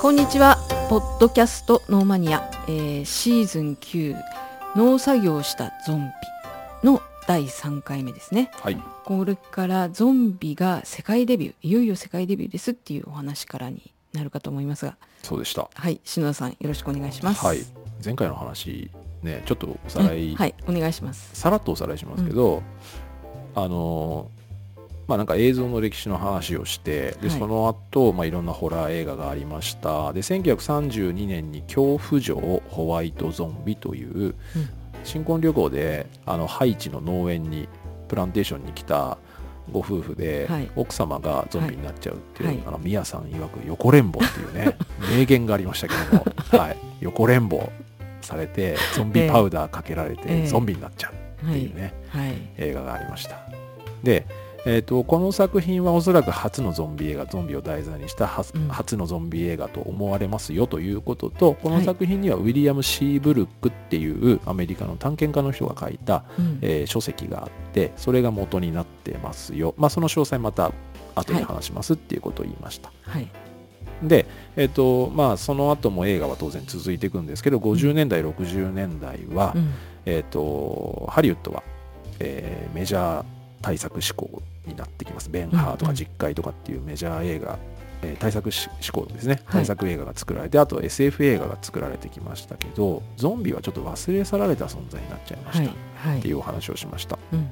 こんにちはポッドキャストノーマニア、えーシーズン9農作業したゾンビの第3回目ですねはい。これからゾンビが世界デビューいよいよ世界デビューですっていうお話からになるかと思いますがそうでした。はい篠田さんよろしくお願いしますはい。前回の話、ね、ちょっとおさらい、うんはいお願いしますさらっとおさらいしますけど、あのまあなんか映像の歴史の話をして、で、はいその後、まあいろんなホラー映画がありました。で、1932年に恐怖城ホワイトゾンビという、新婚旅行で、あの、ハイチの農園に、プランテーションに来たご夫婦で、はい奥様がゾンビになっちゃうっていう、はいあの、ミヤさん曰く横連棒ってい うね、名言がありましたけども、はい。横連棒されて、ゾンビパウダーかけられて、ええゾンビになっちゃう。っはていういね、はい映画がありましたで、えー、とこの作品はおそらく初のゾンビ映画ゾンビを題材にした初,、うん初のゾンビ映画と思われますよということとこはのい作品にはウィリアム・シーブルックっていうアメリカの探検家の人が書いた、うんえー書籍があってそれが元になってますよ、まあ、その詳細また後で話しますっていうことを言いました、はいで、えーとまあ、その後も映画は当然続いていくんですけど50年代60年代は、うんえー、とハリウッドは、えーメジャー対策志向になってきます。ベンハーとうんうかん実会とかっていうメジャー映画、えー対策し志向ですね。はい対策映画が作られて、あと SF 映画が作られてきましたけど、ゾンビはちょっと忘れ去られた存在になっちゃいました、はいはいっていうお話をしました。うん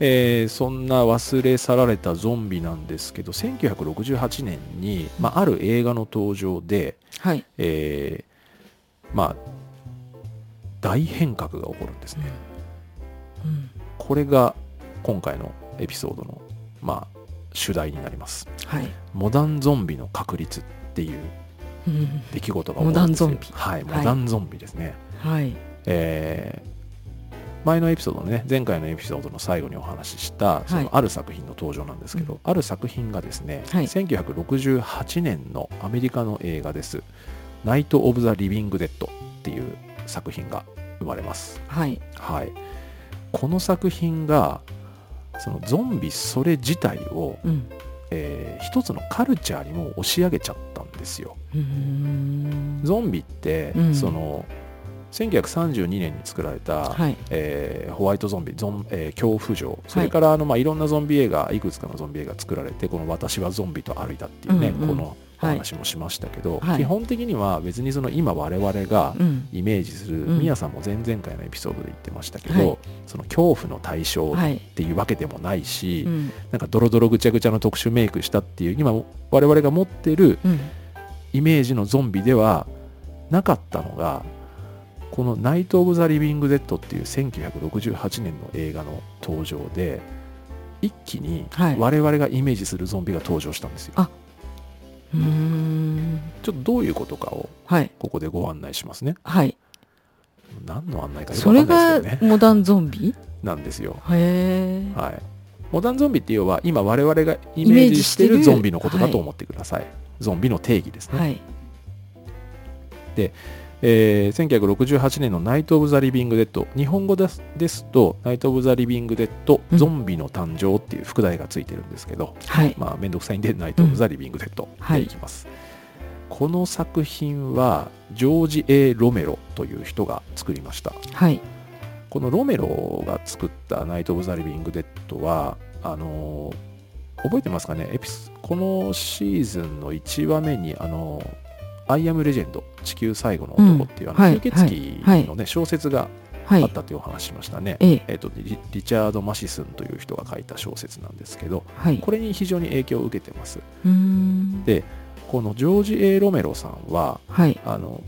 えーそんな忘れ去られたゾンビなんですけど、1968年に、まあ、ある映画の登場で、はいえーまあ、大変革が起こるんですね。うんこれが今回のエピソードの、まあ、主題になります。はいモダンゾンビの確率っていううん出来事が起こるんですモダンゾよンビはい、はいモダンゾンビですね。はいえー前のエピソードのね、前回のエピソードの最後にお話しした、そはいのある作品の登場なんですけど、ある作品がですね、はい1968年のアメリカの映画です。ナイト・オブ・ザ・リビング・デッドっていう作品が生まれます。はいはい、この作品がそのゾンビそれ自体を、うんえー一つのカルチャーにもう押し上げちゃったんですよ。うーんゾンビって、うんその1932年に作られた、はいえーホワイトゾンビゾン、えー恐怖城それからあの、まあ、いろんなゾンビ映画いくつかのゾンビ映画作られてこの「私はゾンビと歩いた」っていううね、んうんこのお話もしましたけど、はい基本的には別にその今我々がうんイメージする、うんミヤさんも前々回のエピソードで言ってましたけど、はいその恐怖の対象っはいていうわけでもないし、うんなんかドロドロぐちゃぐちゃの特殊メイクしたっていう今我々が持ってるうんイメージのゾンビではなかったのがこの「ナイト・オブ・ザ・リビング・デッド」っていう1968年の映画の登場で一気にはい我々がイメージするゾンビが登場したんですよ。あうーんちょっとどういうことかをはいここでご案内しますね。はい何の案内かよくそわかれがんないですけどね。モダンゾンビなんですよ。へえはい、モダンゾンビって要は今我々がイメージしてイメージしてるるゾンビのことだと思ってください、ゾンビの定義ですね、はいえー1968年の「ナイト・オブ・ザ・リビング・デッド」日本語ですですと「ナイト・オブ・ザ・リビング・デッドうんゾンビの誕生」っていう副題がついてるんですけど、はいまあ面倒くさいんで「ナイト・オブ・ザ・リビング・デッド」はいでいきます、この作品はジョージ・ A ・ロメロという人が作りましたはいこのロメロが作った「ナイト・オブ・ザ・リビング・デッドは」あのー覚えてますかねエピスこのシーズンの1話目に「あのーアイ・アム・レジェンド地球最後の男」っていう、うんあのはい吸血鬼はいはいのね小説がはあいったというお話しましたね、えええっとリリチャード・マシスンという人が書いた小説なんですけどはいこれに非常に影響を受けてますうーんでこのジョージ・ A ・ロメロさんははいあの、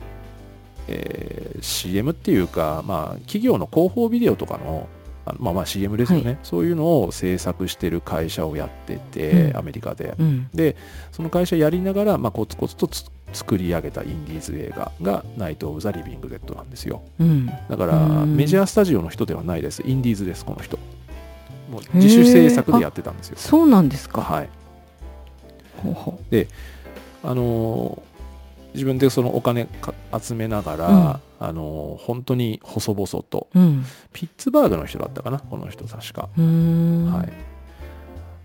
えー CM っていうか、まあ、企業の広報ビデオとかの、あのまあまあ CM ですよね、はそういうのを制作してる会社をやってて、うんアメリカで。うんで、その会社やりながら、まあ、コツコツとつ作り上げたインディーズ映画が、ナイト・オブ・ザ・リビング・デッドなんですよ。うんだから、うんメジャースタジオの人ではないです。インディーズです、この人。もう自主制作でやってたんですよ。そうなんですかはい。ほうほあのー自分でそのお金か集めながら、あのー本当に細々とううんピッツバーグの人だったかなこの人確か、うーんはい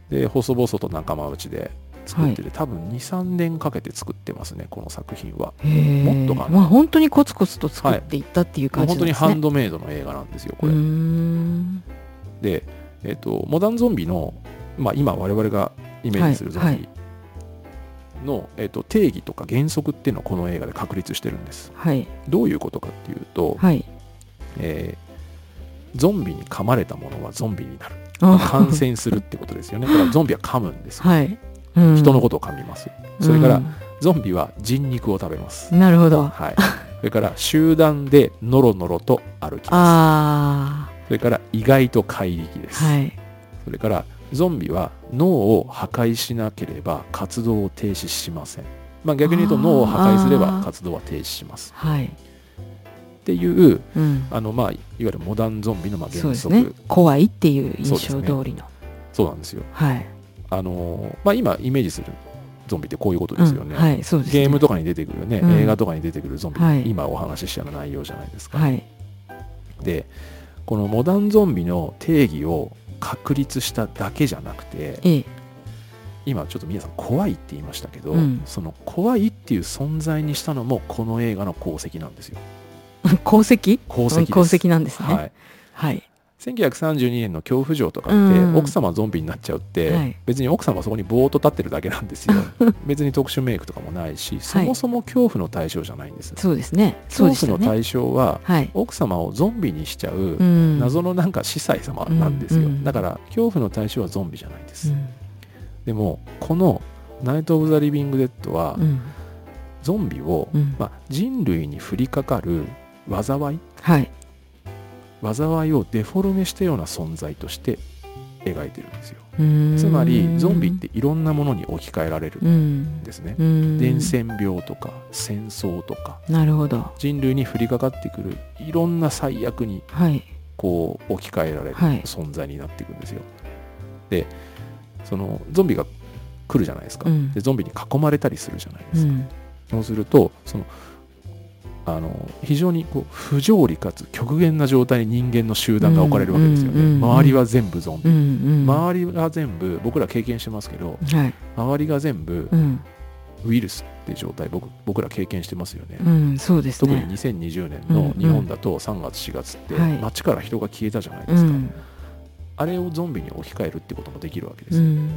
で細々と仲間内で作ってて、多分23年かけて作ってますねこの作品はへえもっとかなまあ本当にコツコツと作っていったっていうも感うじな本当んにですハね、ンドメイドの映画なんですよこれ、うーんで、えっとモダンゾンビの、まあ、今我々がイメージするゾンはいビの、えっと定義とか原則っていうのをこの映画で確立してるんですはいどういうことかっていうと、はいえーゾンビに噛まれたものはゾンビになるあ感染するってことです よねだからゾンビは噛むんですよ、はい、うん人のことを噛みますそれから、うんゾンビは人肉を食べます、なるほどはい、それから集団でノロノロと歩きまあすそれから意外と怪力であす、はいそれからゾンビは脳を破壊しなければ活動を停止しません、まあ、逆に言うとあー脳を破壊すれば活動は停止しますはい、っていううん、あの、まあ、いわゆるモダンゾンビのまあそう原です則ね怖いっていう印そ象うですね通りの、そうなんですよはいあのー、まあ、今イメージするゾンビってこういうことですよね、うんはいそうですねゲームとかに出てくるね、うん映画とかに出てくるゾンビ、はい今お話ししたような内容じゃないですか、はいでこのモダンゾンビの定義を確立しただけじゃなくてええ今ちょっと皆さん怖いって言いましたけど、うんその怖いっていう存在にしたのもこの映画の功績なんですよ功績功績です功績なんですねははいい、 1932年の恐怖城とかっうて、ん奥様ゾンビになっちゃうって、はい別に奥様はそこにぼーっと立ってるだけなんです よ別に特殊メイクとかもないしそもそも恐怖の対象じゃないんです、そうですねそうでし恐た怖のね対象ははい奥様をゾンビにしちゃううん謎のなんか司祭様なんですよ、うんうんだから恐怖の対象はゾンビじゃないです、うんでもこの「ナイト・オブ・ザ・リビング・デッド」はうんゾンビを、うんまあ、人類に降りかかる災いはい災いをデフォルメしたような存在として描いてるんですようーんつまりゾンビっていろんなものに置き換えられるうんんですね、うん伝染病とか戦争とかなるほど人類に降りかかってくるいろんな最悪にはいこう置き換えられるはい存在になっていくんですよ。でそのゾンビが来るじゃないですか、うんでゾンビに囲まれたりするじゃないでうすか、んそうするとそのあの非常にこう不条理かつ極限な状態に人間の集団が置かれるわけですよね、うんうんうんうん周りは全部ゾンビ、うんうん周りは全部僕ら経験してますけどはい周りが全部うんウイルスっていう状態僕僕ら経験してますよね、うんそうです特にね2020年うんのうん日本だと3月4月ってはい街から人が消えたじゃないでうすか、んあれをゾンビに置き換えるってこともできるわけですうよ、ん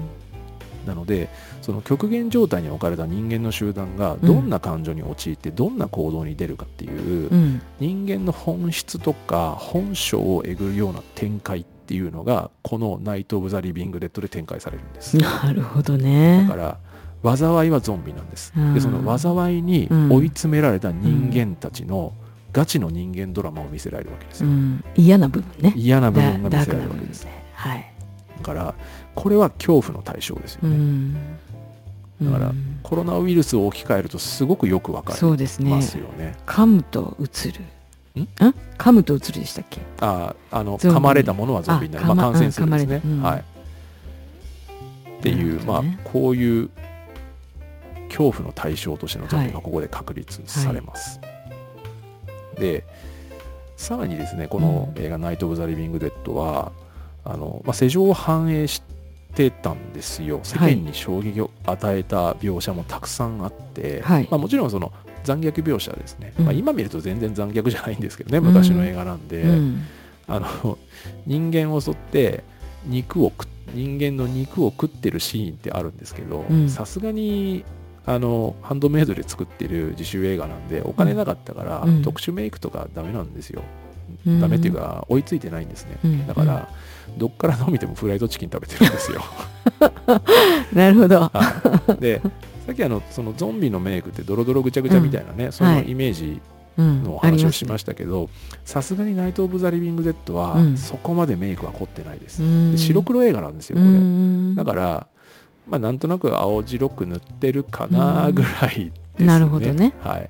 なのでその極限状態に置かれた人間の集団がどんな感情に陥ってどんな行動に出るかっていう、うん人間の本質とか本性をえぐるような展開っていうのがこの「ナイト・オブ・ザ・リビング・デッド」で展開されるん ですだなるほどねから災いはゾンビなんです、うんでその災いに追い詰められた人間たちのガチの人間ドラマを見せられるわけですうよ、ん嫌な部分ね嫌な部分が見ダーせクられな部分るわけでですすねはいだからこれは恐怖の対象ですようね、んだからうんコロナウイルスを置き換えるとすごくよくわかりそうですねますよね。噛むと映るん噛むと映るでしたっけああのゾンビ噛まれたものはゾンビになる、あま噛まあ、感染するんですね。うん噛まはれい、るっていう、なるまほあどねこういう恐怖の対象としてのゾンビがここで確立されます。でさらにですねこの映画「ナイト・オブ・ザ・リビング・デッドは」あのまあ、世情を反映してたんですよ世間に衝撃を与えた描写もたくさんあって、はいまあ、もちろんその残虐描写ですね、うんまあ、今見ると全然残虐じゃないんですけどね昔の映画なんで、うんあの人間を襲って肉を食っ人間の肉を食ってるシーンってあるんですけどうんさすがにあのハンドメイドで作ってる自主映画なんでお金なかったから、うん特殊メイクとかダメなんですうよ、んダメっていうか追いついてないんですね、うんだからどっから飲みてもフライドチキン食べてる んですよなるほどはいでさっきあのそのゾンビのメイクってドロドロぐちゃぐちゃみたいなね、そういうのイメージのおの話をしましたけどさすがに「ナイト・オブ・ザ・リビング・デッド」はうんそこまでメイクは凝ってないです、たで白黒映画なんですよ、これ。れだから、まあ、なんとなく青白く塗ってるかなぐらいですね。なるほどねはい。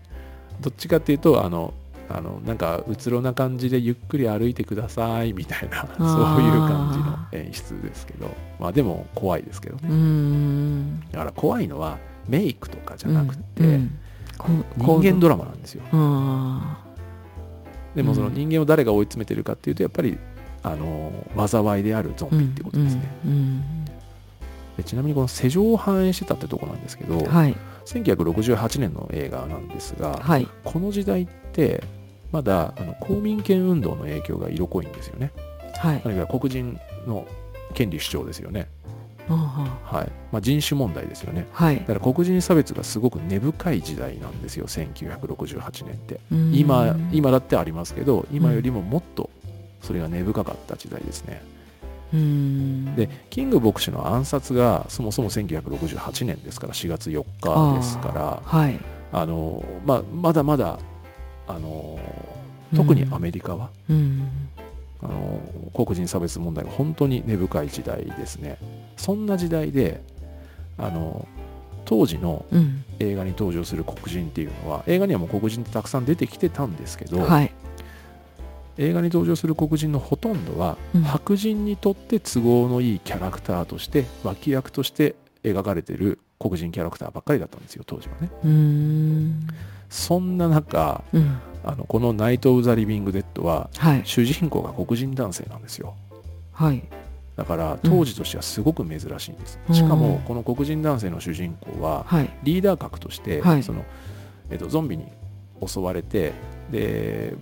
どっちかっていうと、あの、あのなんかうつろな感じでゆっくり歩いてくださいみたいなそういう感じの演出ですけどまあでも怖いですけどねうんだから怖いのはメイクとかじゃなくて、うんこ人間こドラマなんですようあでもそのうん人間を誰が追い詰めてるかっていうとやっぱりあの災いであるゾーうンビっんてことですね、うんうんでちなみにこの世情を反映してたってとこなんですけど、はい1968年の映画なんですが、はいこの時代ってまだあの公民権運動の影響が色濃いんですよねはいあるいは黒人の権利主張ですよね、あははいまあ、人種問題ですよねはいだから黒人差別がすごく根深い時代なんですよ1968年ってうーん今今だってありますけど今よりももっとそれが根深かった時代ですね、うーんでキング牧師の暗殺がそもそも1968年ですから4月4日ですからはいあの、まあ、まだまだあの特にアメリカは、うんあの黒人差別問題が本当に根深い時代ですねそんな時代であの当時のうん映画に登場する黒人っていうのは映画にはもう黒人ってたくさん出てきてたんですけど、はい映画に登場する黒人のほとんどは、うん白人にとって都合のいいキャラクターとして脇役として描かれてる黒人キャラクターばっかりだったんですよ当時はねうーんそんな中うんあのこの「ナイト・オブ・ザ・リビング・デッド」ははい主人公が黒人男性なんですよはいだから当時としてはすごく珍しいんです、うんしかもこの黒人男性の主人公ははいリーダー格として、はいそのえっとゾンビに襲われてで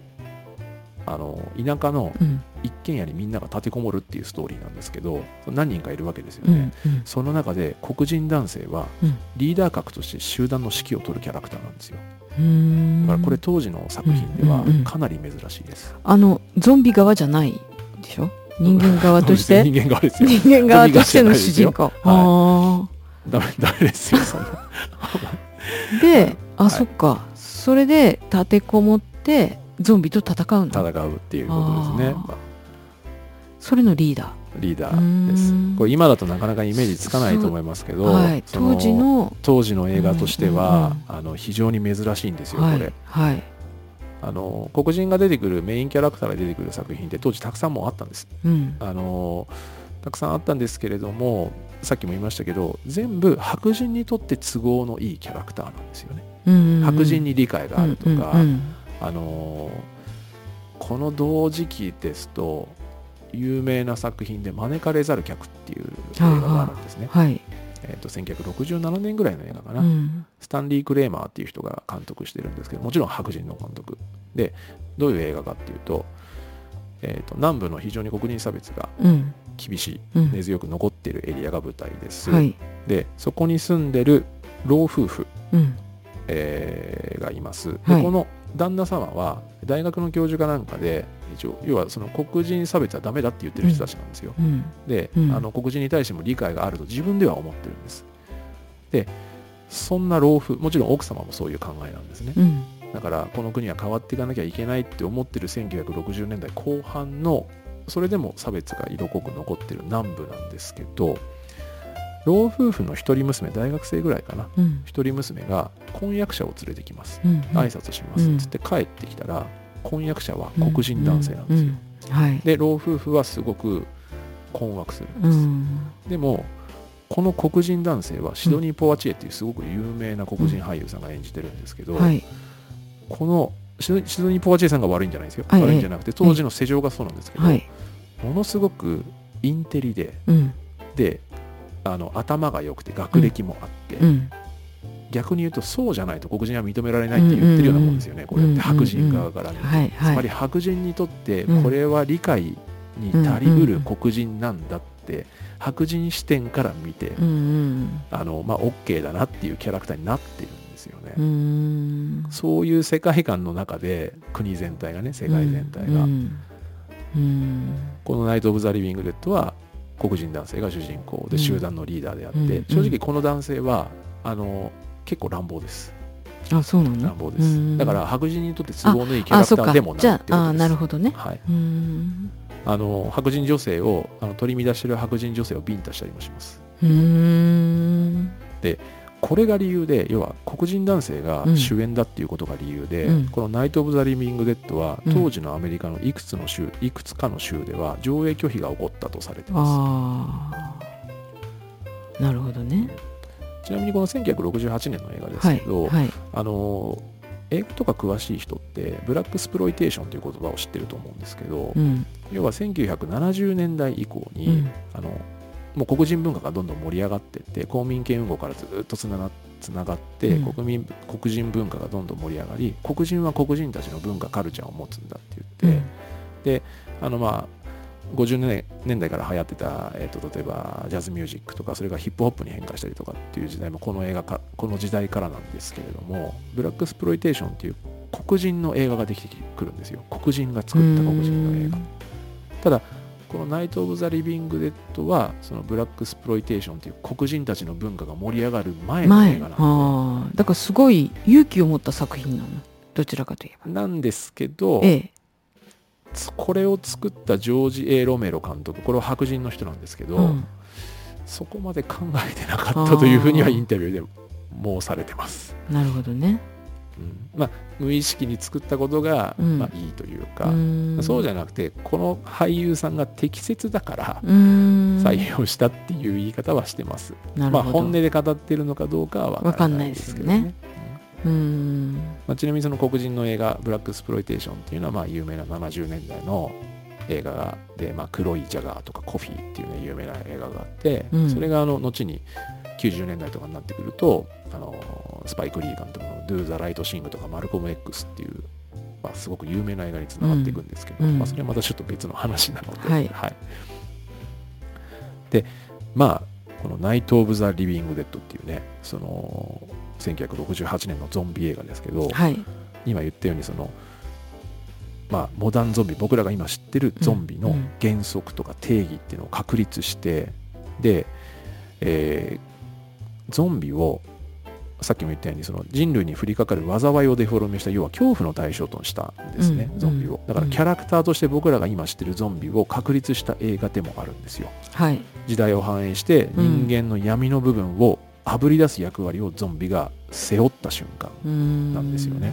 あの田舎のうん一軒家にみんなが立てこもるっていうストーリーなんですけど何人かいるわけですようね、んうんその中で黒人男性はうんリーダー格として集団の指揮を取るキャラクターなんですようーんだからこれ当時の作品でうはんうんうんかなり珍しいです、あのゾンビ側じゃないでしょ人間側とし て人間側ですよ人間側としての主人公、あダメダメですよそんなあであ、はいそっかそれで立てこもってゾンビと戦うの戦うっていうことですねあーそれのリーダリーダーうーでーすんこれ今だとなかなかイメージつかないと思いますけど、はい、そ当時の当時の映画としては、うあの非常に珍しいんですよ、はこれいはいあの黒人が出てくるメインキャラクターが出てくる作品って当時たくさんもうあったんですうんあのたくさんあったんですけれどもさっきも言いましたけど全部白人にとって都合のいいキャラクターなんですよね白人にに理解があるとか、うんうんあのこの同時期ですと有名な作品で「招かれざる客」っていう映画があるんですね、はい、えっと1967年ぐらいの映画かな、うんスタンリー・クレーマーっていう人が監督してるんですけどもちろん白人の監督でどういう映画かっていうと,、えーと南部の非常に黒人差別がうん厳しうい根ん強く残ってるエリアが舞台です、はいでそこに住んでる老夫婦、うんえーがいますで、はいこの旦那様は大学の教授かなんかで一応要はその黒人差別はダメだって言ってる人たちなんですよ、うんで、うんあの黒人に対しても理解があると自分では思ってるんですでそんな老夫もちろん奥様もそういう考えなんですねうんだからこの国は変わっていかなきゃいけないって思ってる1960年代後半のそれでも差別が色濃く残ってる南部なんですけど老夫婦の一人娘大学生ぐらいかなうん一人娘が婚約者を連れてきますうん挨拶しますうんつって帰ってきたら婚約者は黒人男性なんですよ、すよはいで老夫婦はすごく困惑するんうです、んでもこの黒人男性はシドニー・ポワチエっていうすごく有名な黒人俳優さんが演じてるんですけど、はいこのシドシドニー・ポワチエさんが悪いんじゃないですよ、はい悪いんじゃなくて当時の世情がそうなんですけど、はいものすごくインテリでうんであの頭が良くて学歴もあって、うん逆に言うとそうじゃないと黒人は認められないって言ってるようなもんですよね、うんうんうんこれって白人側から見て、はいつまはりい白人にとってうんこれは理解に足りうる黒人なんだって白人視点から見てうんうんあのまあ OK だなっていうキャラクターになってるんですよね、うーんそういう世界観の中で国全体がね世界全体が、うんうんこの「ナイト・オブ・ザ・リビング・デッド」は黒人男性が主人公うでん集団のリーダーであって、うん正直この男性はあの結構乱暴ですあそうなの乱暴です、うんだから白人にとって都合のいいキャあラそクっタかーでもないじってゃことですああーなるほどねはいうーんあの白人女性をあの取り乱してる白人女性をビンタしたりもしますうーんこれが理由で要は黒人男性がうん主演だっていうことが理由で、うんこの「ナイト・オブ・ザ・リビング・デッド」はうん当時のアメリカのいくつの州いくつかの州では上映拒否が起こったとされてますああなるほどねちなみにこの1968年の映画ですはけいど、はいあの英語とか詳しい人ってブラックスプロイテーションという言葉を知ってると思うんですけど、うん要は1970年代以降に、うんあのもう黒人文化がどんどん盛り上がってって公民権運動からずっとつながつながって、うん国民黒人文化がどんどん盛り上がり黒人は黒人たちの文化カルチャーを持つんだって言って、あのまあ50年年代から流行ってた、えー、と例えばジャズミュージックとかそれがヒップホップに変化したりとかっていう時代もこの映画かこの時代からなんですけれどもブラックスプロイテーションっていう黒人の映画ができてくるんですよ黒人が作った黒人の映画ただこの「ナイト・オブ・ザ・リビング・デッドは」そのブラックスプロイテーションという黒人たちの文化が盛り上がる前の前映画あなんであーだからすごい勇気を持った作品なのどちらかといえばなんですけど、ええつこれを作ったジョージ・ A ・ロメロ監督これは白人の人なんですけど、うんそこまで考えてなかったというふうにはインタビューでも申されてます、なるほどねうんまあ無意識に作ったことが、うんまあ、いいというか、そそうじゃななくてこの俳優さんが適切だからうん採用したっていう言い方はしてます、なるまあ、ほど本音で語ってるのかどうかは分からないですけどわかんねないうんまあ、ちなみにその黒人の映画「ブラックスプロイテーション」っていうのはまあ有名な70年代の映画で、まあ、黒いジャガーとかコフィーっていうね有名な映画があって、うんそれがあの後に90年代とかになってくるとあのスパイク・リー監督の「Do the Right Thing」とか「マルコム X」っていう、まあ、すごく有名な映画につながっていくんですけど、うんうんまあ、それはまたちょっと別の話なので、はいでまあこの「ナイト・オブ・ザ・リビング・デッド」っていうねその1968年のゾンビ映画ですけど、はい今言ったようにその、まあ、モダンゾンビ僕らが今知ってるゾンビうのん原則とか定義っていうのを確立して、で、えーゾンビをさっきも言ったようにその人類に降りかかる災いをデフォルメした要は恐怖の対象としたんですね、うんゾンビをだからうんキャラクターとして僕らが今知ってるゾンビを確立した映画でもあるんですよはい時代を反映してうん人間の闇の部分をあぶり出す役割をゾンビが背負った瞬間ななんですよね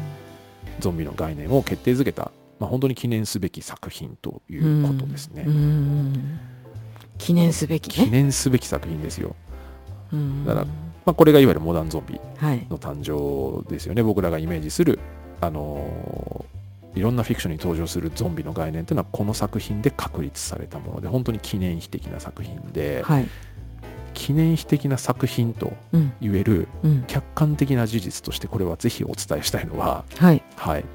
ゾンビの概念を決定づけた、まあ、本当に記念すべき作品ということですね。うん記念すべき記ね念すべき作品ですよ。うんだからまあ、これがいわゆるモダンゾンビはいの誕生ですよね。僕らがイメージする、あのーいろんなフィクションに登場するゾンビの概念というのはこの作品で確立されたもので、本当に記念碑的な作品で、はい記念碑的な作品とうん言えるうん客観的な事実としてこれはぜひお伝えしたいのは、はいはい、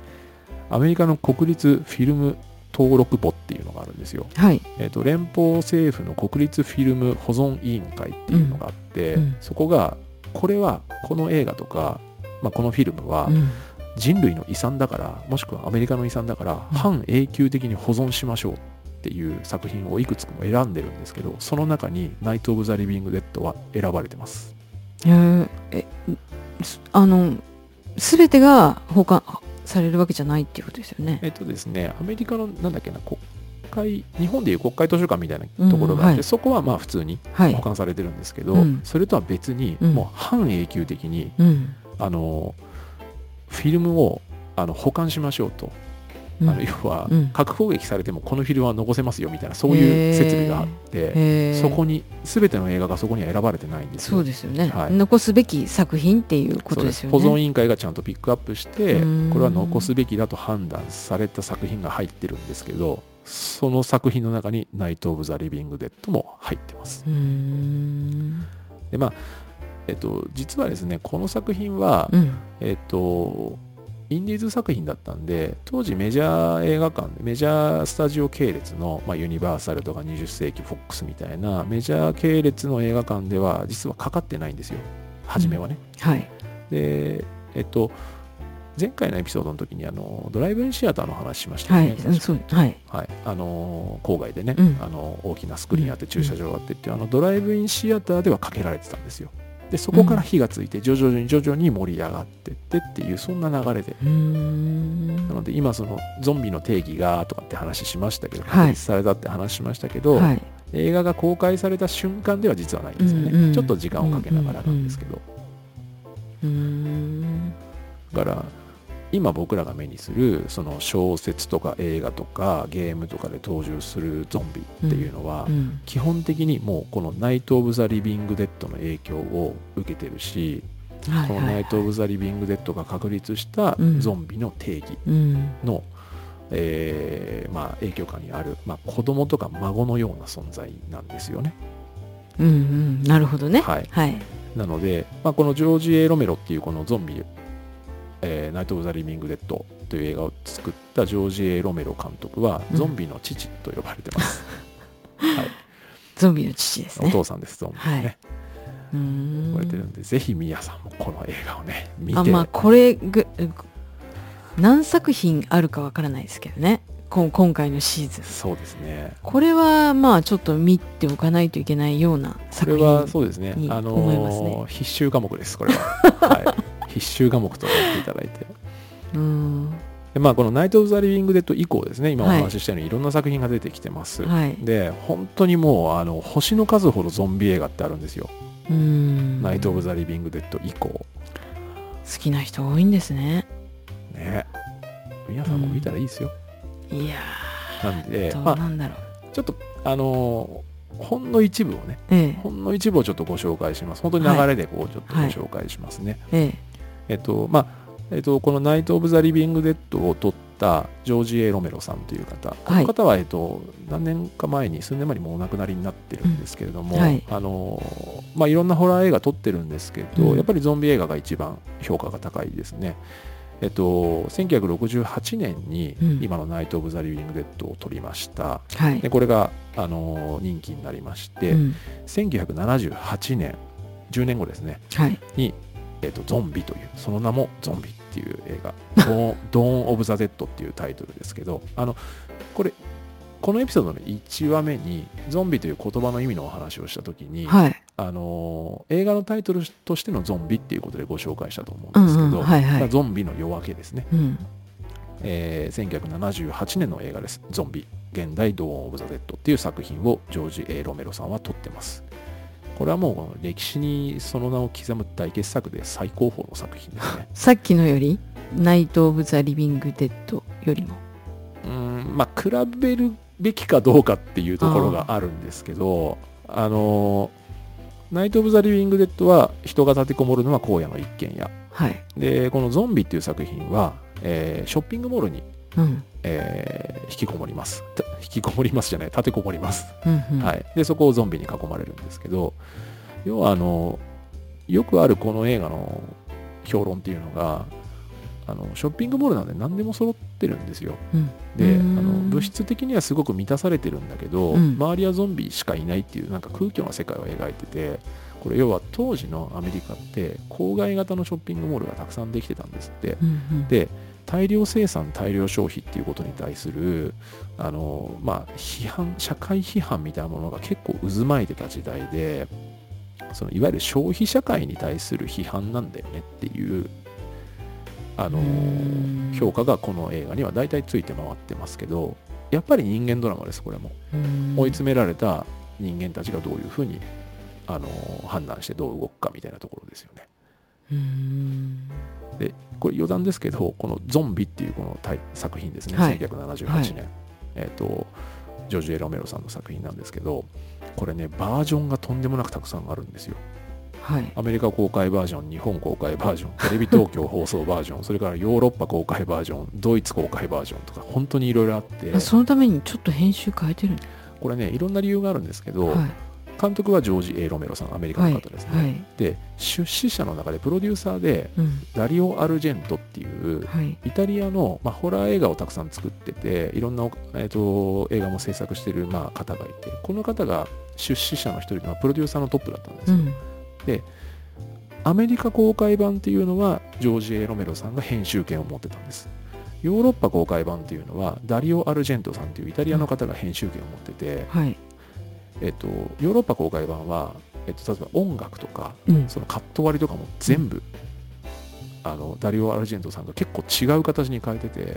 アメリカの国立フィルム登録簿っていうのがあるんですよ。はいえっと連邦政府の国立フィルム保存委員会っていうのがあって、うんうんそこがこれはこの映画とか、まあ、このフィルムはうん人類の遺産だからもしくはアメリカの遺産だからうん半永久的に保存しましょうっていう作品をいくつかも選んでるんですけどその中に「ナイト・オブ・ザ・リビング・デッド」は選ばれてますへーえすあの全てが保管されるわけじゃないっていうことですよねえっとですねアメリカのなんだっけな国会日本でいう国会図書館みたいなところがあうんはって、いそこはまあ普通にはい保管されてるんですけど、うんそれとは別にうんもう半永久的にうんあのフィルムをあの保管しましょうと、うんあの要はうん核攻撃されてもこのフィルムは残せますよみたいなそういう設備があって、へーそこに全ての映画がそこには選ばれてないんですよそうですよね、はい残すべき作品っていうことですよねそう保存委員会がちゃんとピックアップしてうんこれは残すべきだと判断された作品が入ってるんですけどその作品の中に「ナイト・オブ・ザ・リビング・デッド」も入ってますうーんでまあえっと実はですねこの作品は、うんえっとインディーズ作品だったんで当時メジャー映画館メジャースタジオ系列の、まあ、ユニバーサルとか20世紀フォックスみたいなメジャー系列の映画館では実はかかってないんですよ初めはね、はいでえっと前回のエピソードの時にあのドライブインシアターの話しましたはよい、ね、うんそうはいはい、あのー郊外でね、うんあのー大きなスクリーンあって駐車場があってっていうあのドライブインシアターではかけられてたんですよでそこから火がついて徐々に徐々に盛り上がってってっていうそんな流れでうーんなので今そのゾンビの定義がとかって話しましたけどはい確立されたって話しましたけど、はい映画が公開された瞬間では実はないんですよね、うんうんちょっと時間をかけながらなんですけど、うーんだから今僕らが目にするその小説とか映画とかゲームとかで登場するゾンビっていうのは、うん基本的にもうこの「ナイト・オブ・ザ・リビング・デッド」の影響を受けてるし、はいこの「ナイト・オブ・ザ・リビング・デッド」が確立したうんゾンビの定義うんの、えーまあ、影響下にある、まあ、子供とか孫のような存在なんですよね。うんうんなるほどねはいはいなので、まあ、このジョージ・エロメロっていうこのゾンビ、えーナイト・オブ・ザ・リビング・デッドという映画を作ったジョージ・エロメロ監督は、うんゾンビの父と呼ばれてます。ゾンビの父ですおね父さんです、ゾンビはね。い呼呼ばれてるんで、ぜひ皆さんもこの映画をね、見て、あまあこれぐ何作品あるかわからないですけどねこん今回のシーズンそうですね。これはまあちょっと見ておかないといけないようなこれ作は品そうですねに、あの思いますねー必修科目です、これは。 はい、必修科目となっていただいて。うんでまあ、この「ナイト・オブ・ザ・リビング・デッド」以降ですね今お話ししたようにいろんな作品が出てきてます、はいで本当にもうあの星の数ほどゾンビ映画ってあるんですようんナイト・オブ・好ザ・リビング・デッド以降。きな人多いんですねね。皆さんも見たらいいですよ。いやなんで、ーどうまなんだろう、あ、ちょっと、あのーほんの一部をね、えほんの一部をちょっとご紹介します。本当に流れでこう、ちょっとごはい紹介しますね。えええっと、まあ、えっと、このナイト・オブ・ザ・リビング・デッドを撮ったジョージ・エロメロさんという方、こはいの方は、えっと、何年か前に、数年前にもうお亡くなりになってるんですけれども、うんはいあのーまあ、いろんなホラー映画撮ってるんですけど、うんやっぱりゾンビ映画が一番評価が高いですね。えっと、1968年にうん今の「ナイト・オブ・ザ・リビング・デッド」を撮りました、はいでこれが、あのー人気になりまして、うん1978年10年後ですねはいに、えっとゾンビというその名も「ゾンビ」っていう映画「ドーン・ ドーンオブ・ザ・デッド」っていうタイトルですけどあのこれこのエピソードの1話目にゾンビという言葉の意味のお話をした時に、はいあのー映画のタイトルとしてのゾンビっていうことでご紹介したと思ううんんですけど、うんはいはまあいゾンビの夜明けですね、うんえー1978年の映画です「ゾンビ現代ドーン・オブ・ザ・デッド」っていう作品をジョージ・ A ・ロメロさんは撮ってますこれはもうこの歴史にその名を刻む大傑作で最高峰の作品で すねさっきのよりナイト・オブ・ザ・リビング・デッドよりもうーんまあ比べるべきかどうかっていうところがあるんですけどあのナイト・オブ・ザ・リビング・デッドは人が立てこもるのは荒野の一軒家はいでこの「ゾンビ」っていう作品は、えーショッピングモールに、うんえー引きこもります た引きこもりますじゃない立てこもりますうんうんはい、でそこをゾンビに囲まれるんですけど要はあのよくあるこの映画の評論っていうのがあのショッピングモールなんで何でも揃ってるんですようんであうんの物質的にはすごく満たされてるんだけど、うん周りはゾンビしかいないっていうなんか空虚な世界を描いててこれ要は当時のアメリカって郊外型のショッピングモールがたくさんできてたんですってうんうんで大量生産大量消費っていうことに対するあの、まあ、批判社会批判みたいなものが結構渦巻いてた時代でそのいわゆる消費社会に対する批判なんだよねっていうあのうん評価がこの映画には大体ついて回ってますけどやっぱり人間ドラマですこれもうん追い詰められた人間たちがどういうふうにあの判断してどう動くかみたいなところですよね。うんでこれ余談ですけどこの「ゾンビ」っていうこのタイ作品ですね、はい1978年、はいえっとジョージ・エロメロさんの作品なんですけどこれねバージョンがとんでもなくたくさんあるんですよはいアメリカ公開バージョン日本公開 バージョンテレビ東京放送バージョンそれからヨーロッパ公開バージョンドイツ公開バージョンとか本当にいろいろあってあそのためにちょっと編集変えてるんだこれねいろんな理由があるんですけど、はい監督はジョージ・エロメロさんアメリカはのい方ですね、はいで出資者の中でプロデューサーでうんダリオ・アルジェントっていうはいイタリアの、まあ、ホラー映画をたくさん作ってていろんな、えー、と映画も制作してる、まあ、方がいてこの方が出資者の一人のプロデューサーのトップだったんですうよ、んアメリカ公開版っていうのはジョージ・エロメロさんが編集権を持ってたんですヨーロッパ公開版っていうのはダリオ・アルジェントさんっていうイタリアの方が編集権を持ってて、はいえっとヨーロッパ公開版は、えっと例えば音楽とかうんそのカット割りとかも全部、あのダリオ・アルジェントさんが結構違う形に変えてて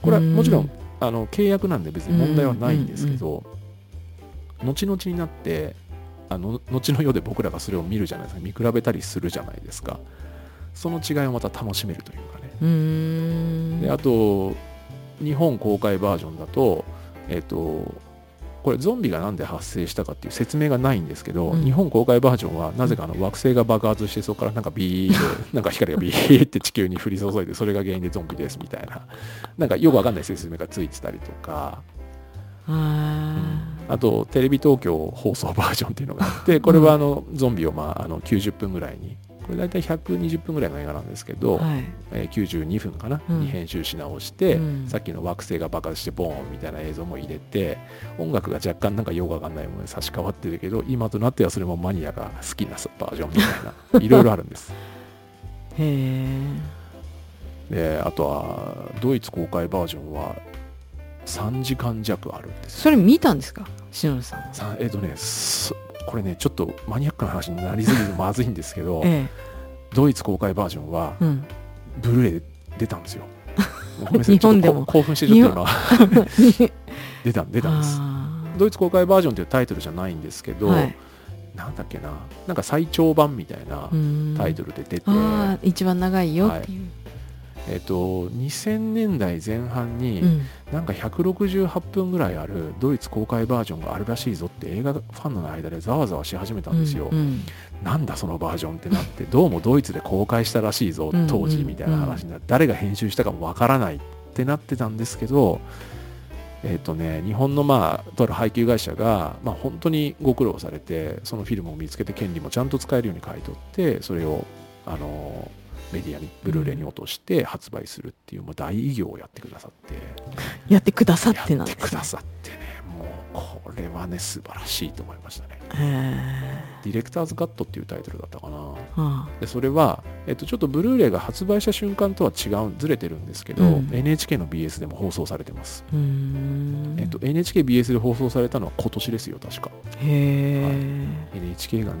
これはもちろんあの契約なんで別に問題はないんですけど、後々になってあの後の世で僕らがそれを見るじゃないですか見比べたりするじゃないですかその違いをまた楽しめるというかねうーんであと日本公開バージョンだとえっ、とこれゾンビがなんで発生したかっていう説明がないんですけど、うん日本公開バージョンはなぜかあの惑星が爆発してそこからなんかビーって なんか光がビーって地球に降り注いでそれが原因でゾンビですみたいななんかよくわかんない説明がついてたりとかああとテレビ東京放送バージョンっていうのがあってこれはあのゾンビを、まあ、あの90分ぐらいにこれ大体120分ぐらいの映画なんですけど、はいえー92分かな、うんに編集し直して、うんさっきの惑星が爆発してボーンみたいな映像も入れて音楽が若干なんかよくわかんないものに差し替わってるけど今となってはそれもマニアが好きなバージョンみたい ないろいろあるんですへえであとはドイツ公開バージョンは3時間弱あるんですそれ見たんですか篠野さんはさえっ、とねそこれねちょっとマニアックな話になりすぎてまずいんですけど えドイツ公開バージョンはえ うんブルーレイで出た んですよごめんなさい日本でもちょっとこ興奮してちょっと今 出た出たんですあードイツ公開バージョンっていうタイトルじゃないんですけど、はいなんだっけななんか最長版みたいなうんタイトルで出て、ああ一番長いよっていう、えっと2000年代前半に、うんなんか168分ぐらいあるドイツ公開バージョンがあるらしいぞって映画ファンの間でざわざわし始めたんですよ、うんうんなんだそのバージョンってなってどうもドイツで公開したらしいぞうん当時みたいな話になって誰が編集したかもわからないってなってたんですけどえっ、とね日本のまあとある配給会社がまあ本当にご苦労されてそのフィルムを見つけて権利もちゃんと使えるように買い取ってそれをあのメディアにブルーレイに落として発売するっていうもう大偉業をやってくださってやってくださってやなっんでてす、ね、くださってねもうこれはね素晴らしいと思いましたねへディレクターズカットっていうタイトルだったかなーあでそれは、えっと、ちょっとブルーレイが発売した瞬間とは違うずれてるんですけど、うん NHK の BS でも放送されてます、ーうーんえっと、NHKBS で放送されたのは今年ですよ確かへえ、 NHK がね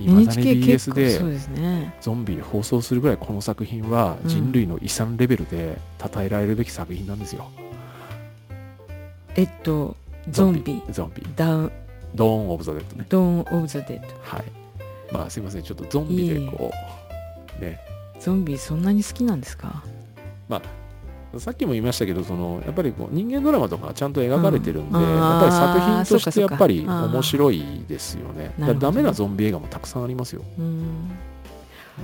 いまだに NHK 結 BS 構そうでですねゾンビ放送するぐらいこの作品はうん人類の遺産レベルで称えられるべき作品なんですよ、えっとゾンビゾンビダウンドーン・オブ・ザ・デッドねドーン・オブ・ザ・デッはいまあすいませんちょっとゾンビでこうねドゾンビそんなに好きなんですかさっきも言いましたけどそのやっぱりこう人間ドラマとかちゃんと描かれてるんで、うんやっぱり作品としあーてそうやかっぱりそうかあー面白いですよねなだるほどねダメなゾンビ映画もたくさんありますようーんな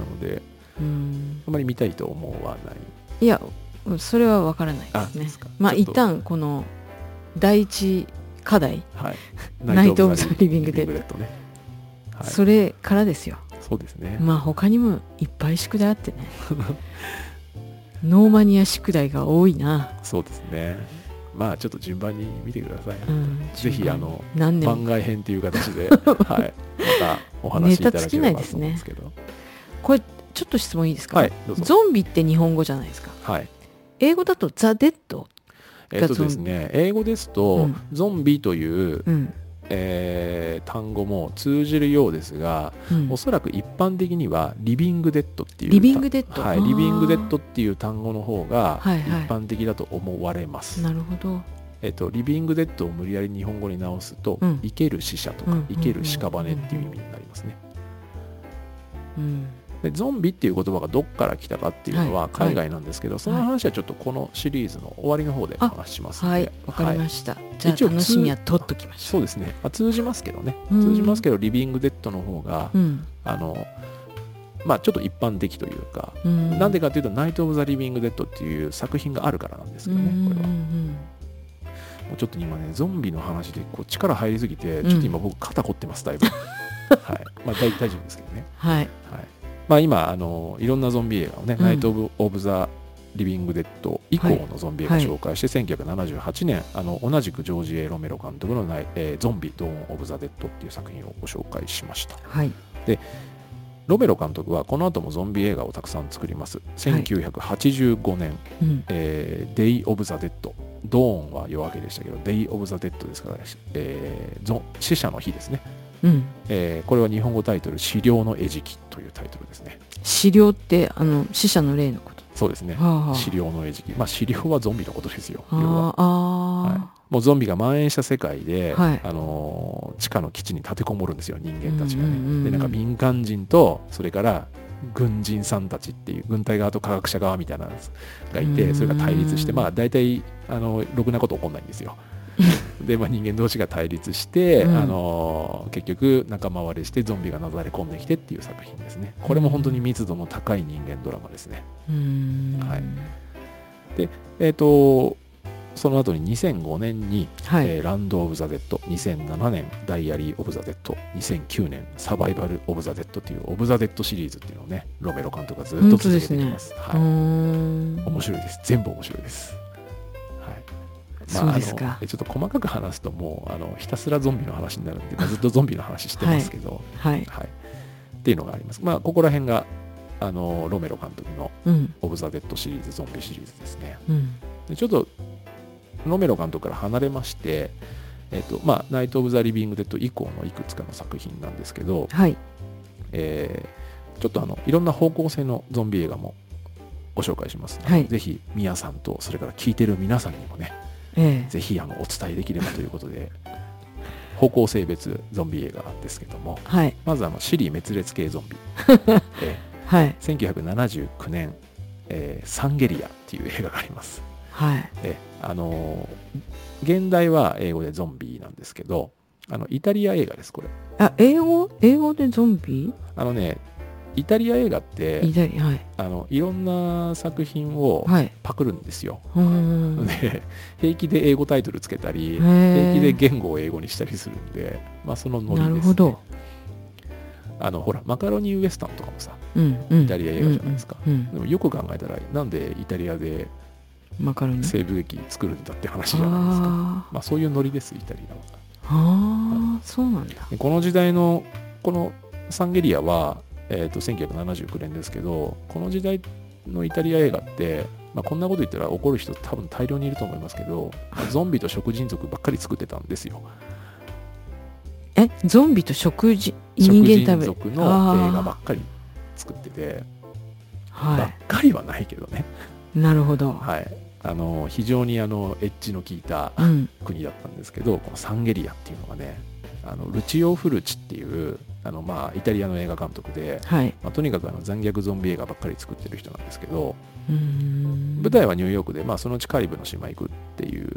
のでうーんあまり見たいと思うはないいやそれは分からないあですねすかまあちょっ一と旦この第一課題、 はいナイトオブザリビングデッドリねはいそそれからですようですね、まあ他にもいっぱい宿題あってね ノーマニア宿題が多いな、そうですねまあちょっと順番に見てください、うん、ぜひあの何年番も外編という形 で、はい、またお話しいただければと思うんですけどこれちょっと質問いいですか、はいどうぞゾンビって日本語じゃないですかはい英語だとザ・デッド、えっとですね英語ですと、うんゾンビといううんえー単語も通じるようですが、うんおそらく一般的にはリビングデッドっていうリビングデッドはいあーリビングデッドっていう単語の方が一はいはい般的だと思われます、なるほどえっと、リビングデッドを無理やり日本語に直すと、うん生ける死者とうかん生ける屍っていう意味になりますねうんでゾンビっていう言葉がどっから来たかっていうのははい海外なんですけど、その話はちょっとこのシリーズの終わりの方でお話ししますのではいわかりました、じゃあ一応楽しみは取っときましそょうですね、まあ通じますけどねうん通じますけどリビングデッドの方がううんあのまあちょっと一般的というか、うんなんでかというと「ナイト・オブ・ザ・リビング・デッド」っていう作品があるからなんですけどねこれはもうちょっと今ねゾンビの話でこう力入りすぎてうんちょっと今僕肩凝ってますだいぶ、はいまあ大 大丈夫ですけどね、はいはいまあ、今あのいろんなゾンビ映画をね「うんナイト・オブ・オブザ・リビング・デッド」以降のゾンビ映画をはい紹介して、1978年あの同じくジョージ・エロメロ監督のナイ、えーゾンビ・ドーン・オブ・ザ・デッド」っていう作品をご紹介しましたはいロメロ監督はこの後もゾンビ映画をたくさん作ります。1985年、うんえー、Day of the Dead。ドーンは夜明けでしたけど、Day of the Dead ですから、えーゾン死者の日ですね、うんえーこれは日本語タイトル、死霊の餌食というタイトルですね。資料ってあの死者の例のことそうですね。はあは死霊の餌食。まあ、死霊はゾンビのことですよ。要は。ああはいー、もうゾンビが蔓延した世界で、はいあのー地下の基地に立てこもるんですよ人間たちがね、うんうんうんうんでなんか民間人とそれから軍人さんたちっていう軍隊側と科学者側みたいなのがいてそれが対立してうんまあ大体あのろくなこと起こんないんです よで、まあ、人間同士が対立して、うんあのー結局仲間割れしてゾンビがなだれ込んできてっていう作品ですねこれも本当に密度の高い人間ドラマですねうーんはいえっ、とその後に2005年に、はい、えーランド・オブ・ザ・デッド2007年ダイアリー・オブ・ザ・デッド2009年サバイバル・オブ・ザ・デッドっていうオブ・ザ・デッドシリーズっていうのをねロメロ監督がずっと続けてきますうーはい、ん面白いです全部面白いです、はいまそあうですかあのちょっと細かく話すともうあのひたすらゾンビの話になるんで、まあずっとゾンビの話してますけど、はいはい、っていうのがあります。まあ、ここら辺があのロメロ監督のうん「オブ・ザ・デッド」シリーズゾンビシリーズですね。うんでちょっとロメロ監督から離れまして「えっとまあ、ナイト・オブ・ザ・リビング・デッド」以降のいくつかの作品なんですけど、はいえーちょっとあのいろんな方向性のゾンビ映画もご紹介しますので、はいぜひミヤさんとそれから聞いてる皆さんにもねええぜひあのお伝えできればということで 方向性別ゾンビ映画ですけどもはいまずあのシリ滅裂系ゾ ンビ、えーはい1979年、えーサンゲリアっていう映画があります。はいえーあのー現代は英語でゾンビなんですけど、あのイタリア映画です、これ。あ英語英語でゾンビあのね、イタリア映画っていたりはいあのいろんな作品をはいパクるんですよ。うーんへで平気で英語タイトルつけたり、平気でえ言語を英語にしたりするんで、まあ、そのノリです、なね。るほどあのほら、マカロニウエスタンとかもさ、うんうんイタリア映画じゃないですかうんうんうんでもよく考えたら、なんでイタリアでマカロニ西部劇作るんだって話じゃないですか。あまあ、そういうノリです、イタリアは。ーあーそうなんだでこの時代の、このサンゲリアは、えー、と1979年ですけど、この時代のイタリア映画って、まあ、こんなこと言ったら怒る人多分大量にいると思いますけど、まあゾンビと食人族ばっかり作ってたんですよ。えゾンビと食事食人間人食べ族の映画ばあっかり作ってて、ーばはっかりはないけどね。いなるほどはい。あの、非常にあの、エッジの効いたうん国だったんですけどこのサンゲリアっていうのがねあのルチオ・フルチっていうあの、まあ、イタリアの映画監督で、はいまあ、とにかくあの残虐ゾンビ映画ばっかり作ってる人なんですけどうーん舞台はニューヨークで、まあ、そのうちカリブの島行くっていう、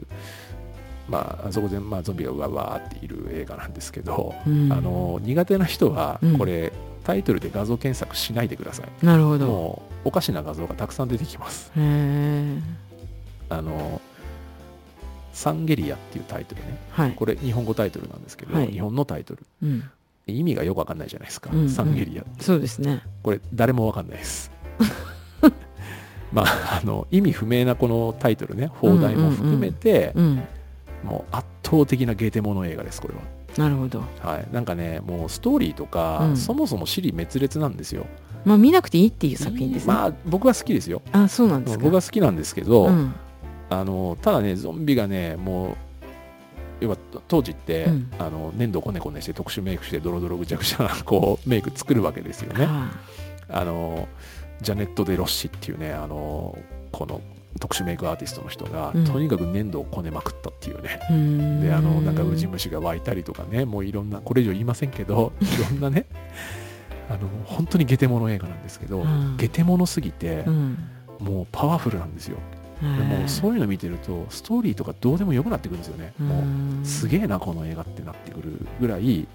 まあ、そこで、まあ、ゾンビがうわわーっている映画なんですけど、うんあの苦手な人はうんこれ、タイトルで画像検索しないでくださいなるほどもうおかしな画像がたくさん出てきますへえあのサンゲリアっていうタイトルねはいこれ日本語タイトルなんですけど、はい日本のタイトルうん意味がよくわかんないじゃないですか、うんうんサンゲリアってそうですねこれ誰もわかんないです まああの意味不明なこのタイトルね放題も含めて、うんもう圧倒的なゲテモノ映画ですこれなるほどは、はい、なんかねもうストーリーとか、うんそもそも尻滅裂なんですよまあ見なくていいっていう作品ですね、まあ僕は好きですよあそうなんですか僕は好きなんですけど、うんあのただねゾンビがねもう要は当時って、うんあの粘土をこねこねして特殊メイクしてドロドロぐちゃぐちゃなこうメイク作るわけですよね。はあのジャネット・デ・ロッシっていうねあのこの特殊メイクアーティストの人が、うんとにかく粘土をこねまくったっていうねあうーんであのなんかウジ虫が湧いたりとかねもういろんなこれ以上言いませんけどいろんなねあの本当にゲテモノ映画なんですけど、うんゲテモノすぎてう、んもうパワフルなんですよ。でもうそういうの見てるとストーリーとかどうでもよくなってくるんですよね、もうすげげえなこの映画ってなってくるぐらい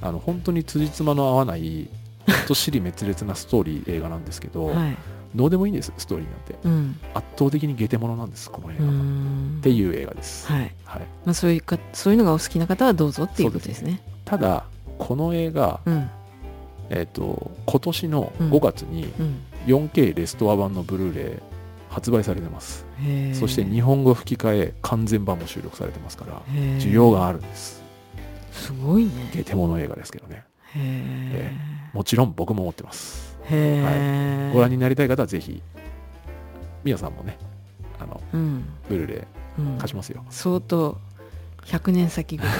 あの本当に辻褄の合わないほんと尻滅裂なストーリー映画なんですけど、はいどうでもいいんですストーリーなんてうん圧倒的にゲテモノなんですこの映うー画は、っんていう映画です、はいはい、まあそういうかそういうのがお好きな方はどうぞっていうことですねただこの映画、うんえっと今年のうん5月にうん 4K レストア版のブルーレイ発売されてます、へーそして日本語吹き替え完全版も収録されてますからへー需要があるんですすごいねゲテモノ映画ですけどねへえもちろん僕も持ってますへえご覧になりたい方はぜひみやさんもねあのうんブルーレうんイ貸しますよ、相当100年先ぐらい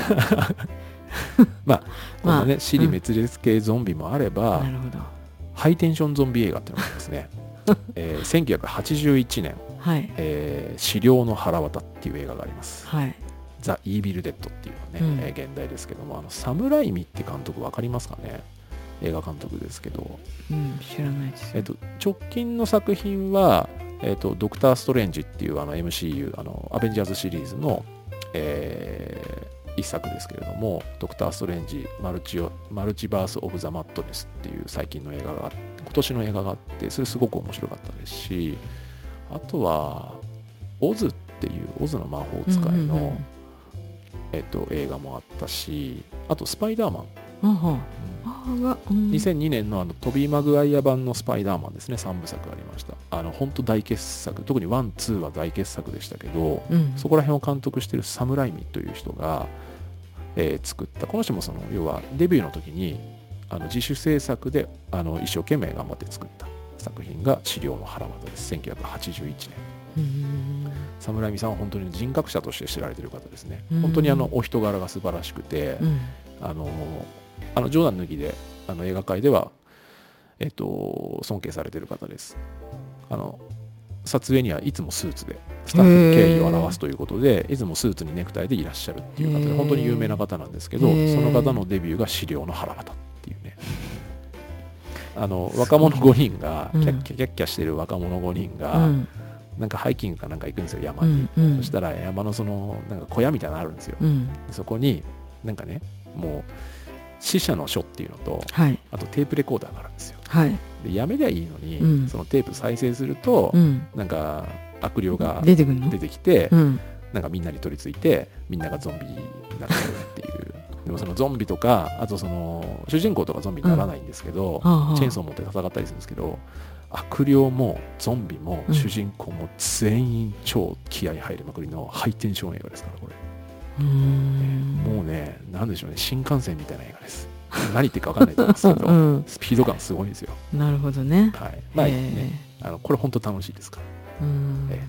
まあこまあのね尻滅裂系ゾンビもあれば、なるほどハイテンションゾンビ映画っていうのがありま すね、えー1981年はい「えー、死霊の腹渡」っていう映画がありますはい「ザ・イービル・デッド」っていうのはね、うんえー現代ですけどもあのサムライミって監督わかりますかね映画監督ですけどうん知らないですえっと、直近の作品は、えっと、ドクター・ストレンジっていうあの MCU あのアベンジャーズシリーズの、えー一作ですけれども「ドクター・ストレンジマルチオマルチバース・オブ・ザ・マットネス」っていう最近の映画があって今年の映画があってそれすごく面白かったですしあとは「オズ」っっていう「オズの魔法使いの」えっと、映画もあったしあと「スパイダーマンうんうんあーがうん」 2002年のあのトビー・マグワイア版の「スパイダーマン」ですね3部作ありましたあの本当大傑作特に12は大傑作でしたけどうんそこら辺を監督してるサムライミという人が、えー作ったこの人もその要はデビューの時にあの自主制作であの一生懸命頑張って作った作品が「資料の腹渡」です1981年うんサムライミさんは本当に人格者として知られてる方ですねうん本当にあのお人柄が素晴らしくて、うんあのあの冗談抜きであの映画界では、えっと、尊敬されてる方ですあの撮影にはいつもスーツでスタッフの敬意を表すということでいつもスーツにネクタイでいらっしゃるっていう方へでー本当に有名な方なんですけどへそーの方のデビューが「資料の腹渡」っていうねあの若者5人がキうんャッキャキャッキャしてる若者5人うが、んなんかハイキングかなんか行くんですよ山うに、んうんそしたら山のそのなんか小屋みたいなのあるんですようんそこになんかねもう死者の書っていうのとはいあとテープレコーダーがあるんですよはいでやめりゃいいのに、うんそのテープ再生すると、うんなんか悪霊が出てくるの出てきて、うんなんかみんなに取り付いてみんながゾンビになってるっていうでもそのゾンビとかあとその主人公とかゾンビにならないんですけど、ああチェーンソー持って戦ったりするんですけど悪霊もゾンビもうん主人公も全員超気合い入りまくりのハイテンション映画ですからこれ。うーんもうね、なんでしょうね、新幹線みたいな映画です。 何言ってるか分かんないと思いますけど、うんスピード感すごいんですよ。なるほどねはい。まあ、えね、あのこれ本当楽しいですから。ーうんえ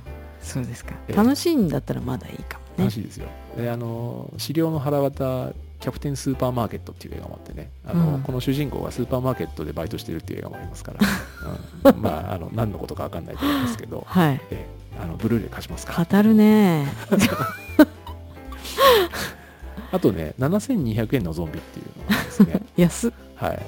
そうですかええ楽しいんだったらまだいいかも楽ねしいですよ。で、あの、資料の腹渡、キャプテンスーパーマーケットっていう映画もあってね、あの、うんこの主人公がスーパーマーケットでバイトしてるっていう映画もあります から、うん、まあ、あの、何のことか分かんないと思いますけど、はいええあの、ブルーレイ貸しますから。語るねあとね、7200円のゾンビっていうのがあるんですね。安はい。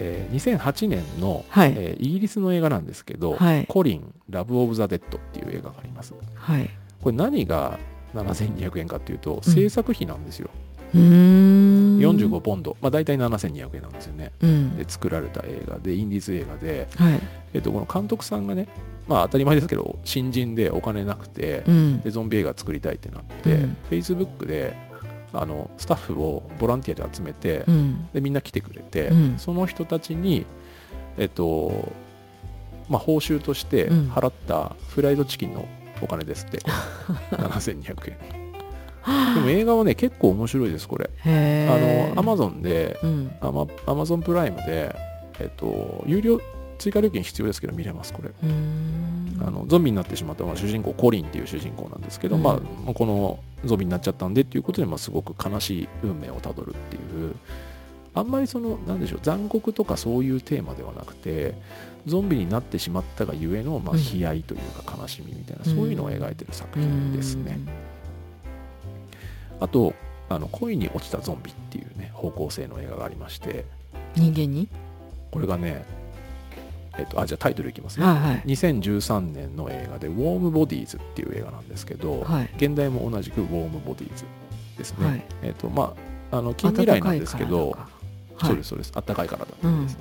えー、2008年の、はいえーイギリスの映画なんですけど、はいコリン、ラブ・オブ・ザ・デッドっていう映画があります。はいこれ何が7200円かっていうと、制作費なんですよ。うーん45ポンド。まあ大体7200円なんですよね。うんで、作られた映画で、インディーズ映画で、はいえっ、と、この監督さんがね、まあ当たり前ですけど、新人でお金なくて、うんで、ゾンビ映画作りたいってなって、うん Facebook で、あの、スタッフをボランティアで集めて、うんでみんな来てくれて、うんその人たちに、えっとまあ、報酬としてうん払ったフライドチキンのお金で すって、7200円でも映画はね結構面白いですこれ、へえあのアマゾンでうんアマアマゾンプライムで、えっと、有料追加料金必要ですけど見れますこれうーんあのゾンビになってしまったのは主人公コリンっていう主人公なんですけど、うんまあ、このゾンビになっちゃったんでっていうことで、まあ、すごく悲しい運命をたどるっていうあんまりそのなんでしょう残酷とかそういうテーマではなくてゾンビになってしまったがゆえの、まあ、うん悲哀というか悲しみみたいな、うんそういうのを描いてる作品ですね、あとあの恋に落ちたゾンビっていうね方向性の映画がありましてうん人間にこれがねえっとあじゃあタイトルいきますねはい2013年の映画で「ウォーム・ボディーズ」っていう映画なんですけはど、いはい現代も同じくウォーム・ボディーズですね、はいえっ、とまああの近未来なんですけど、暖かいからなのかはいそうですそうですあったかいからだったんですね、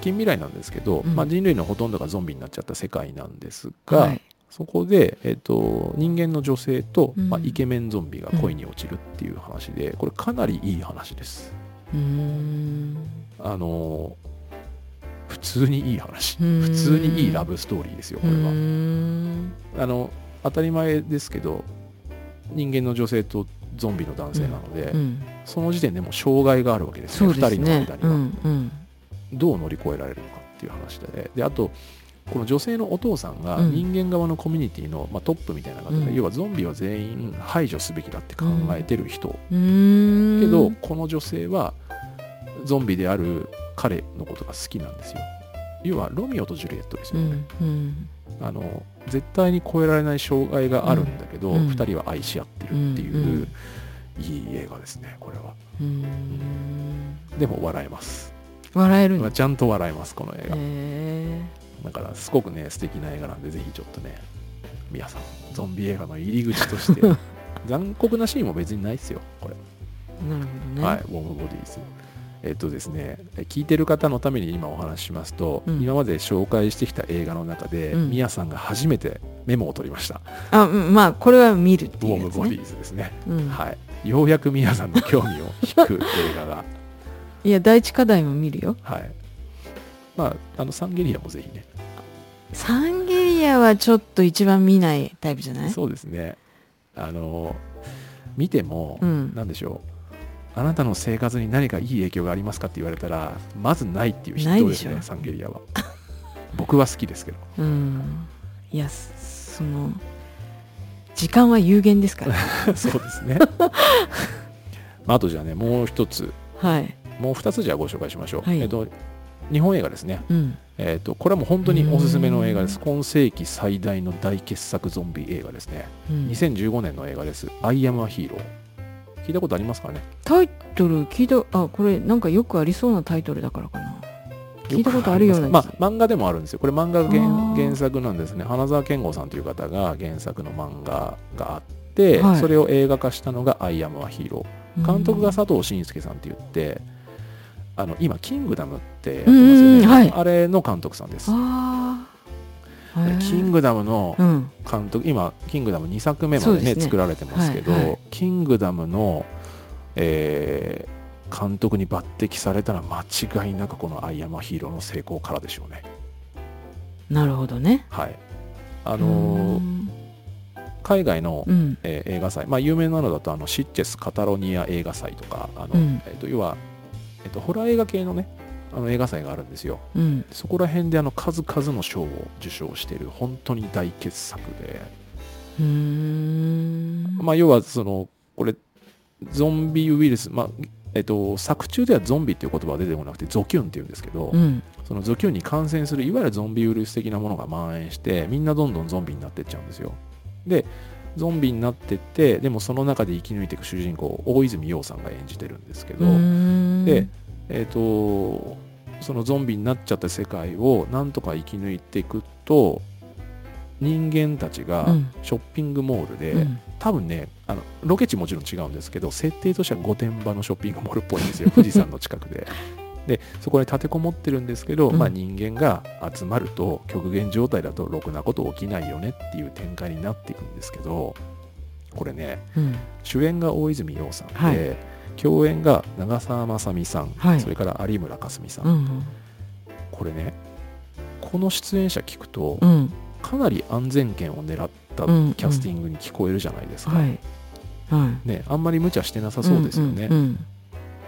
近未来なんですけど、うんまあ、人類のほとんどがゾンビになっちゃった世界なんですが、はいそこで、えっと人間の女性と、うんまあ、イケメンゾンビが恋に落ちるっていう話でこれかなりいい話ですうーんあの普通にいい話うん普通にいいラブストーリーですよこれは、うーんあの当たり前ですけど人間の女性とゾンビの男性なので、うんその時点でもう障害があるわけですそねうです2人のね間にうは、んうんどう乗り越えられるのかっていう話でであとこの女性のお父さんがうん人間側のコミュニティの、まあ、トップみたいな方で、うん要はゾンビは全員排除すべきだって考えてる人、うーんけどこの女性はゾンビである彼のことが好きなんですよ要はロミオとジュリエットでうすよね、んうんあの絶対に越えられない障害があるんだけど、う二ん2人は愛し合ってるっていう、うんいい映画ですねこれはうーんでも笑えます、笑えるんだちゃんと笑えますこの映画、へだからすごくね素敵な映画なんでぜひちょっとね皆さんゾンビ映画の入り口として 残酷なシーンも別にないですよこれ、えなるほどねはい、ウォームボディーズえっとですね、聞いてる方のために今お話ししますと、うん今まで紹介してきた映画の中で、うんミヤさんが初めてメモを取りました。あうんまあこれは見るってウいォーうムやつボデねィーズですね。うんはい。ようやくミヤさんの興味を引く映画 が、いや第一課題も見るよはい。まあ、あの、サンゲリアもぜひね。サンゲリアはちょっと一番見ないタイプじゃないそうですね。あの、見ても、うんなんでしょう。あなたの生活に何かいい影響がありますかって言われたら、まずないっていう人ないでですしょね、サンゲリ アは。僕は好きですけど。うんいやそその時間は有限ですから そうですね。まあ、あとじゃあね、もう一つ、はいもう二つじゃあご紹介しましょう。はいえっと、日本映画ですね。うんえっと、これはもう本当におすすめの映画です。う今世紀最大の大傑作ゾンビ映画ですね。うん2015年の映画です。アイアムアヒーロー。聞いたことありますかねタイトル聞いたあこれなんかよくありそうなタイトルだからかな聞いたことあるようなまあ気がする漫画でもあるんですよこれ漫画があ原ー原作なんですね花澤健吾さんという方が原作の漫画があって、はいそれを映画化したのが「アイ・アム・ア・ヒーロー」監督が佐藤慎介さんって言ってあの今「キングダム」ってやってますよね、うんうんはいあれの監督さんですああーへーキングダムのうん監督今「キングダム」2作目まそうででねすね作られてますけど、はいはいキングダムの、えー監督に抜擢されたら間違いなくこの「アイ・アム・ア・ヒーロー」の成功からでしょうねなるほどねはい。ああのー海外の、うんえー映画祭、まあ、有名なのだとあのシッチェス・カタロニア映画祭とか、あのうんえー、と要は、えー、とホラー映画系のね、あの映画祭があるんですよ。うんそこら辺であの数々の賞を受賞している、本当に大傑作で、うーんまあ、要はその、これ、ゾンビウイルス、まあえー、と作中ではゾンビっていう言葉は出てこなくて、ゾキュンっていうんですけど、うんそのゾキュンに感染するいわゆるゾンビウイルス的なものが蔓延してみんなどんどんゾンビになってっちゃうんですよでゾンビになってってでもその中で生き抜いていく主人公大泉洋さんが演じてるんですけど、うーんでえっ、とそのゾンビになっちゃった世界をなんとか生き抜いていくと人間たちがうんショッピングモールで、うん多分ねあのロケ地もちろん違うんですけど設定としては御殿場のショッピングモールっぽいんです よ富士山の近くで。でそこに立てこもってるんですけど、うんまあ、人間が集まると極限状態だとろくなこと起きないよねっていう展開になっていくんですけどこれねうん主演が大泉洋さんで、はい共演が長澤まさみさん、はいそれから有村架純さん、うんこれねこの出演者聞くと、うんかなり安全圏を狙ったキうんャスティングに聞こえるじゃないですか、はいはね、あんまり無茶してなさいそうですよね、うんうん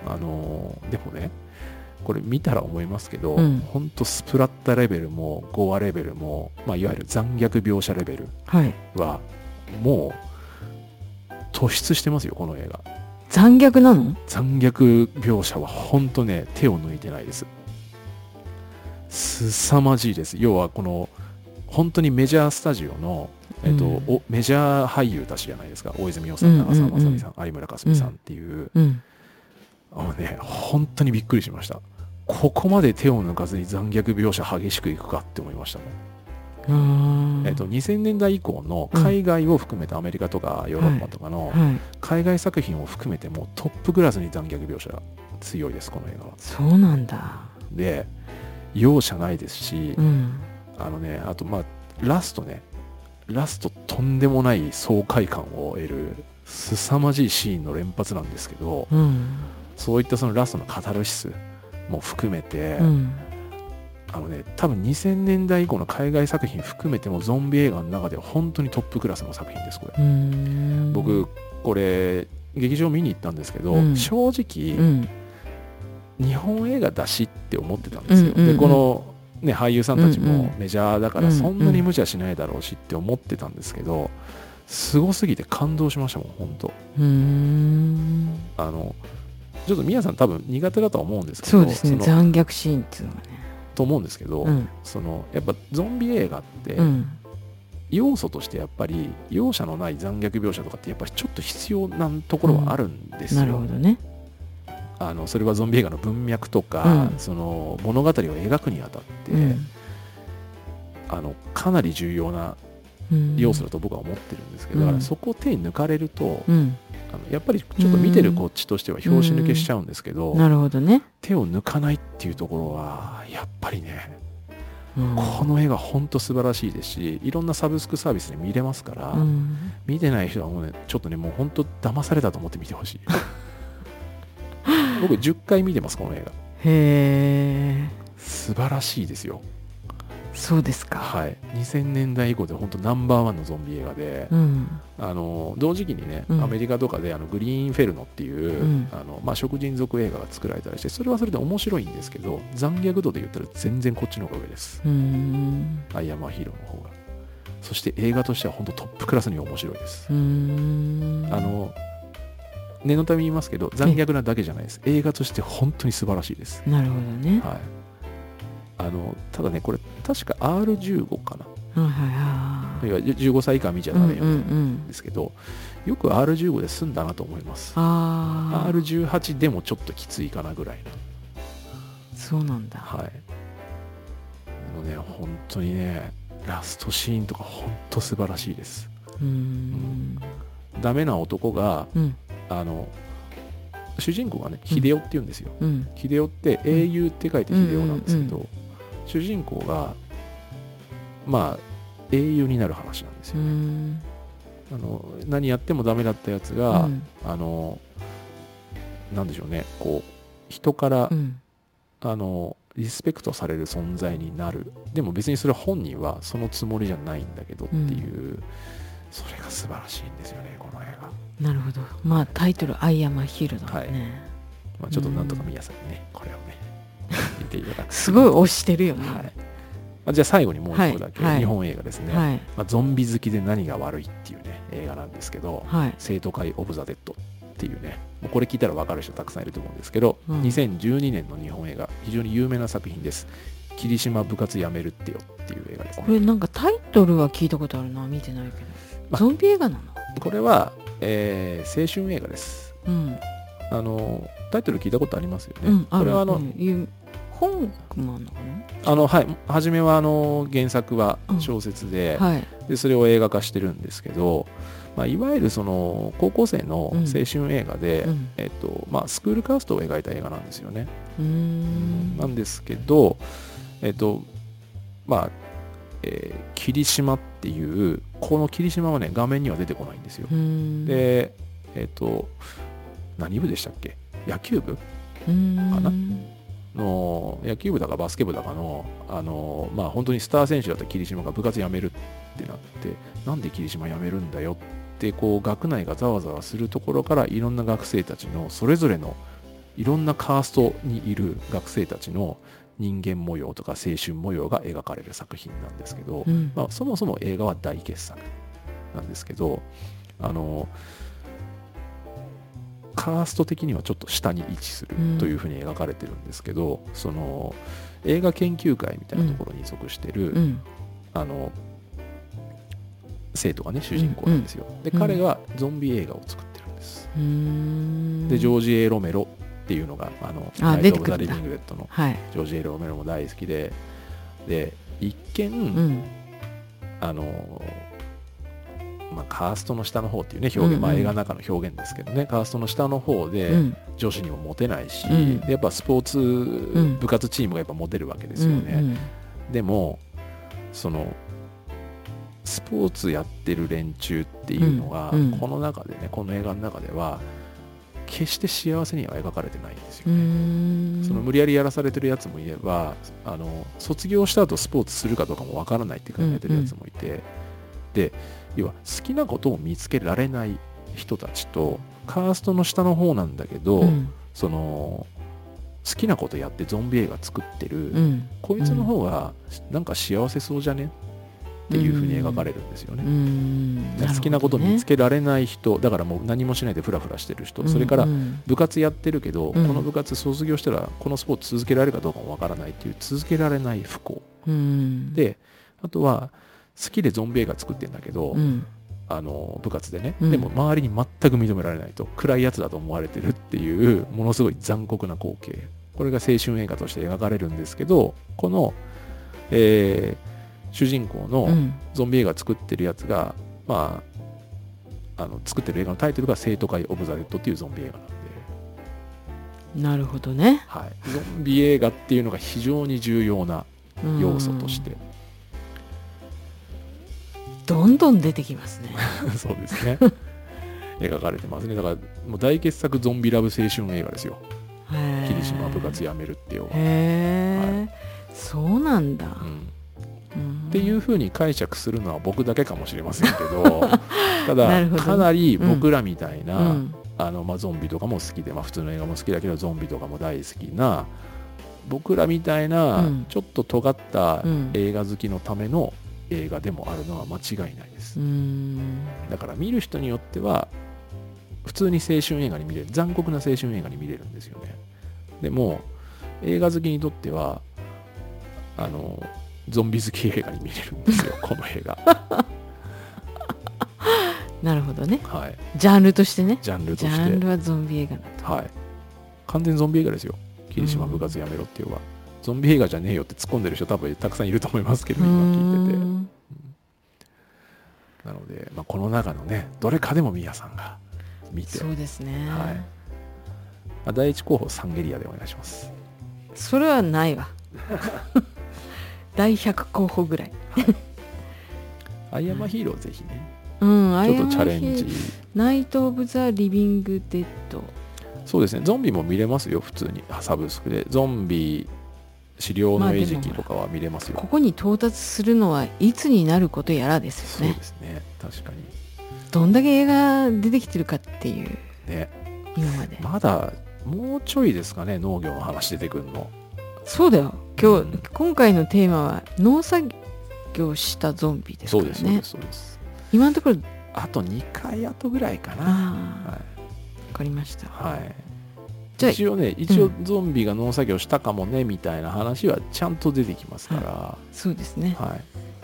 あのーでもねこれ見たら思いますけど、うんほんとスプラッタレベルも5話レベルも、まあ、いわゆる残虐描写レベルはいはもう突出してますよこの映画残虐なの残虐描写はほんとね手を抜いてないです凄まじいです要はこの本当にメジャースタジオの、えっとうんおメジャー俳優たちじゃないですか大泉洋さん長澤まさみさん、有村架純さんっていう、うんあのね、本当にびっくりしました。ここまで手を抜かずに残虐描写激しくいくかって思いましたもん、あーえっと、2000年代以降の海外を含めたアメリカとかヨーロッパとかのはい海外作品を含めてもうトップクラスに残虐描写が強いです、この映画は。そうなんだで、容赦ないですしう、んあのね、あと、まあ、ラストね、ラストとんでもない爽快感を得る凄まじいシーンの連発なんですけど、うんそういったそのラストのカタルシスも含めて、うんあのね、多分2000年代以降の海外作品含めてもゾンビ映画の中で本当にトップクラスの作品です、これ。うん僕、これ、劇場見に行ったんですけど、うん正直、うん日本映画だしって思ってたんですよ。うんうんうんで、この、ね、俳優さんたちうんもうメジャーだかうらんうんそんなに無茶しないだろうしって思ってたんですけど、すごすぎて感動しましたもん、本当うんあの、ちょっと宮さん多分苦手だとは思うんですけど、そうですねその残虐シーンっていうのがねと思うんですけど、うんその、やっぱゾンビ映画って、うん要素としてやっぱり容赦のない残虐描写とかってやっぱりちょっと必要なところはあるんですよ、なるほどねあのそれはゾンビ映画の文脈とか、うんその物語を描くにあたって、うんあのかなり重要なうん要素だと僕は思ってるんですけど、うんだからそこを手に抜かれると、うんあのやっぱりちょっと見てるこっちとしては拍子抜けしちゃうんですけど、なるほどね、手を抜かないっていうところはやっぱりね、うんこの絵が本当素晴らしいですしいろんなサブスクサービスで見れますから、うん見てない人はもうねちょっとねもう本当騙されたと思って見てほしい僕10回見てますこの映画へえ素晴らしいですよそうですか、はい2000年代以降で本当ナンバーワンのゾンビ映画で、うんあの同時期にね、うんアメリカとかであのグリーンフェルノっていう、うんあのまあ、食人族映画が作られたりしてそれはそれで面白いんですけど残虐度で言ったら全然こっちの方が上ですうんアイアムアヒーローの方がそして映画としては本当トップクラスに面白いです、うんあの念のために言いますけど残虐なだけじゃないです映画として本当に素晴らしいです、なるほどねはい、あのただねこれ確か R15 かなはいはいはいいや15歳以下見ちゃうダんメうよ、んうんですけどよく R15 で済んだなと思いますああ R18 でもちょっときついかなぐらいなそうなんだはいあのね本当にねラストシーンとか本当素晴らしいですうんダメな男がうんあの主人公がね秀夫って言うんですよ、うん秀夫って英雄って書いて秀夫なんですけど、う主人公がまあ英雄になる話なんですうよ、んあの何やってもダメだったやつうが、んあのなんでしょうねこう人から、うんあのリスペクトされる存在になるでも別にそれは本人はそのつもりじゃないんだけどっていう、それが素晴らしいんですよねこの映画、なるほどまあタイトル「アイアマヒーロー」だもんね、まあ、ちょっとなんとか皆さんにね、これを ね見ていただくすごい押してるよねはいまあ、じゃあ最後にもう一個だけ、はいはい日本映画ですね、はいまあ、ゾンビ好きで何が悪いっていうね映画なんですけど、はい生徒会オブザ・デッドっていうねもうこれ聞いたら分かる人たくさんいると思うんですけど、うん2012年の日本映画非常に有名な作品です霧島部活やめるってよっていう映画ですこねれなんかタイトルは聞いたことあるな見てないけど、まあゾンビ映画なのこれは、えー青春映画ですうん、あのタイトル聞いたことありますよね、うん、あこるれはあの,、うんいう本もあるのかあのはい初めはあの原作は小説で,、なはいでそれを映画化してるんですけど、まあ、いわゆるその高校生の青春映画で、うんえっとまあ、スクールカーストを描いた映画なんですよね、うーんなんですけど、えっと、まあ、えー霧島っていう、この霧島はね、画面には出てこないんですよう。んで、えっと、何部でしたっけ野球部うーんかなの、野球部だかバスケ部だかの、あの、まあ本当にスター選手だった霧島が部活辞めるってなって、なんで霧島辞めるんだよって、こう、学内がざわざわするところから、いろんな学生たちの、それぞれの、いろんなカーストにいる学生たちの人間模様とか青春模様が描かれる作品なんですけど、うんまあ、そもそも映画は大傑作なんですけどあのカースト的にはちょっと下に位置するうんというふうに描かれてるんですけど、その映画研究会みたいなところに属してる、うんあの生徒がね主人公なんですよ、でうん彼がゾンビ映画を作ってるんです、うーんでジョージ・エロメロっていうのがあのあナイ出ト・てオブ・くるザ・んだリビング・デッドのはいジョージ・エロメロも大好きでで一見、うんあのまあ、カーストの下の方っていうね表現、うんうんまあ、映画の中の表現ですけどねカーストの下の方でうん女子にもモテないし、うんでやっぱスポーツん部活チームがやっぱモテるわけでうすよね、んでもそのスポーツやってる連中っていうのが、うんうんこの中でねこの映画の中では決して幸せには描かれてないんですようね、んうーんその無理やりやらされてるやつもいればあの卒業した後スポーツするかどうかもわからないって考えてるやつもいて、で要は好きなことを見つけられない人たちとカーストの下の方なんだけど、うんその好きなことやってゾンビ映画作ってる、うんこいつの方がなんか幸せそうじゃねっていうふうに描かれるんですよね。うーん好きなことを見つけけられない人だからもう何もしないでフラフラしてる人、それから部活やってるけど、うんこの部活卒業したらこのスポーツ続けられるかどうかもわからないっていう続けられない不幸でであとは好きでゾンビ映画作ってんだけど、うんあの部活でね、うんでも周りに全く認められないと暗いやつだと思われてるっていうものすごい残酷な光景これが青春映画として描かれるんですけどこの、えー主人公のうんゾンビ映画作ってるやつが、まああの作ってる映画のタイトルが「生徒会オブ・ザ・レッド」っていうゾンビ映画なんで、なるほどね、はい、ゾンビ映画っていうのが非常に重要なうん要素としてどんどん出てきますね そうですね描かれてますねだからもう大傑作ゾンビラブ青春映画ですよ霧島部活ややめるっていうのはへえ、そうなんだ、うんうんっていうふうに解釈するのは僕だけかもしれませんけ どなただるほどかなり僕らみたいうな、んあのまあ、ゾンビとかも好きで、まあ、普通の映画も好きだけどゾンビとかも大好きな僕らみたいな、うんちょっと尖ったうん映画好きのための映画でもあるのは間違いないです、うんだから見る人によっては普通に青春映画に見れる残酷な青春映画に見れるんですよねでも映画好きにとってはあのゾンビ好き映画に見れるんで すよこの映画なるほどねはいジャンルとしてねジャンルとジしャンてルはゾンビ映画だとはい完全ゾンビ映画ですよ霧島部活やめろっていうのは、ゾンビ映画じゃねえよって突っ込んでる人多分たくさんいると思いますけど今聞いててうんなので、まあ、この中のねどれかでも宮さんが見て、そまうですね、はいあ、第一候補サンゲリアでお願いしますそれはない わ第100候補ぐらいアイアマヒーローぜひね、うんちょっとチャレンジ。ナイト・オブ・ザ・リビング・デッドそうですね、ゾンビも見れますよ、普通に、サブスクで。ゾンビ、狩猟の餌食とかは見れますよ。ここに到達するのはいつになることやらですそうよねですね、確かに。どんだけ映画出てきてるかっていうね、今まで、まだ、もうちょいですかね、農業の話出てくるの。そうだよ今日、うん今回のテーマは農作業したゾンビですそかうらです、そうねです、そうです。今のところあと2回後ぐらいかあな。あはい分かりましたはいじゃあ一応ね、一応うゾンビが農作業したかもねみたいな話はちゃんと出てきますから、はそうですね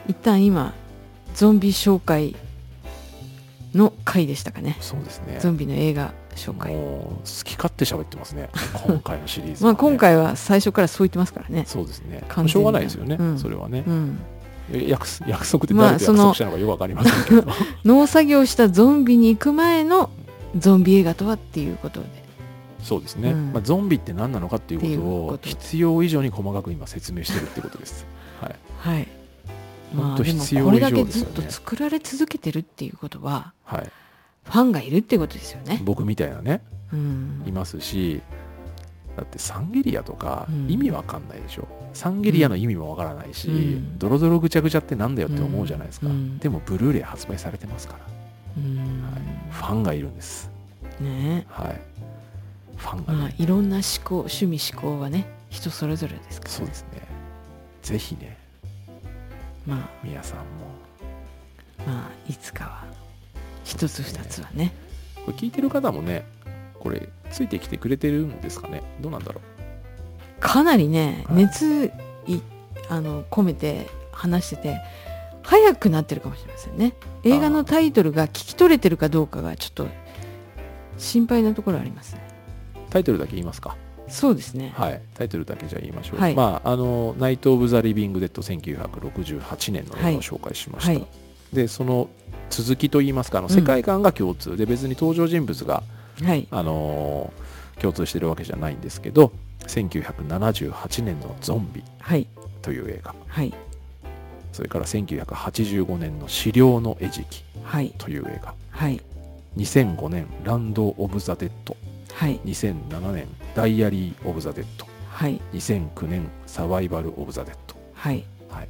い一旦今ゾンビ紹介の回でしたかねそうですね。ゾンビの映画紹介もう好き勝手喋ってます ね、今回のシリーズまはあね、今回は最初からそう言ってますからねそうですね完全。なしょうがないですよね、うんそれはねう。ん約束 約束ってまあ誰と約束したのかよくわかりませんけど。 農作業したゾンビに行く前のゾンビ映画とはっていうことでそうですね、うんまあ。ゾンビって何なのかっていうことっていうこをと必要以上に細かく今説明してるってこと です。はい。はいまほんあとでも必要これ以だ上けですずっよねと作られ続けてるっていうことははい。ファンがいるってことですよね僕みたいなね、うんいますし、だってサンゲリアとかうん意味わかんないでしょ。サンゲリアの意味もわからないし、うんドロドロぐちゃぐちゃってなんだよって思うじゃないですか。うんでもブルーレイ発売されてますから、うんファンがいるんです。ねはい。ファンがいるまあいろんな思考趣味思考はね人それぞれですからそうですね。ぜひね、ま皆さんも。あまあいつかは一つ二つはねこれ聞いてる方もね、これ、ついてきてくれてるんですかねどうなんだろかなりねはい熱いあの込めて話してて早くなってるかもしれませんね映画のタイトルが聞き取れてるかどうかがちょっと心配なところありますねうタイトルだけ言いますかそうですねはい。タイトルだけじゃあ言いましょう。はいまあ、あの、ナイト・オブ・ザ・リビング・デッド1968年のはい映画を紹介しました。はいで、その続きと言いますか、あのうん世界観が共通で、別に登場人物が、はいあのー共通してるわけじゃないんですけど、1978年のゾンビはいという映画、はいそれから1985年の狩猟の餌食はいという映画、はい2005年ランド・オブ・ザ・デッドはい2007年ダイアリー・オブ・ザ・デッドはい2009年サバイバル・オブ・ザ・デッド、はいはい、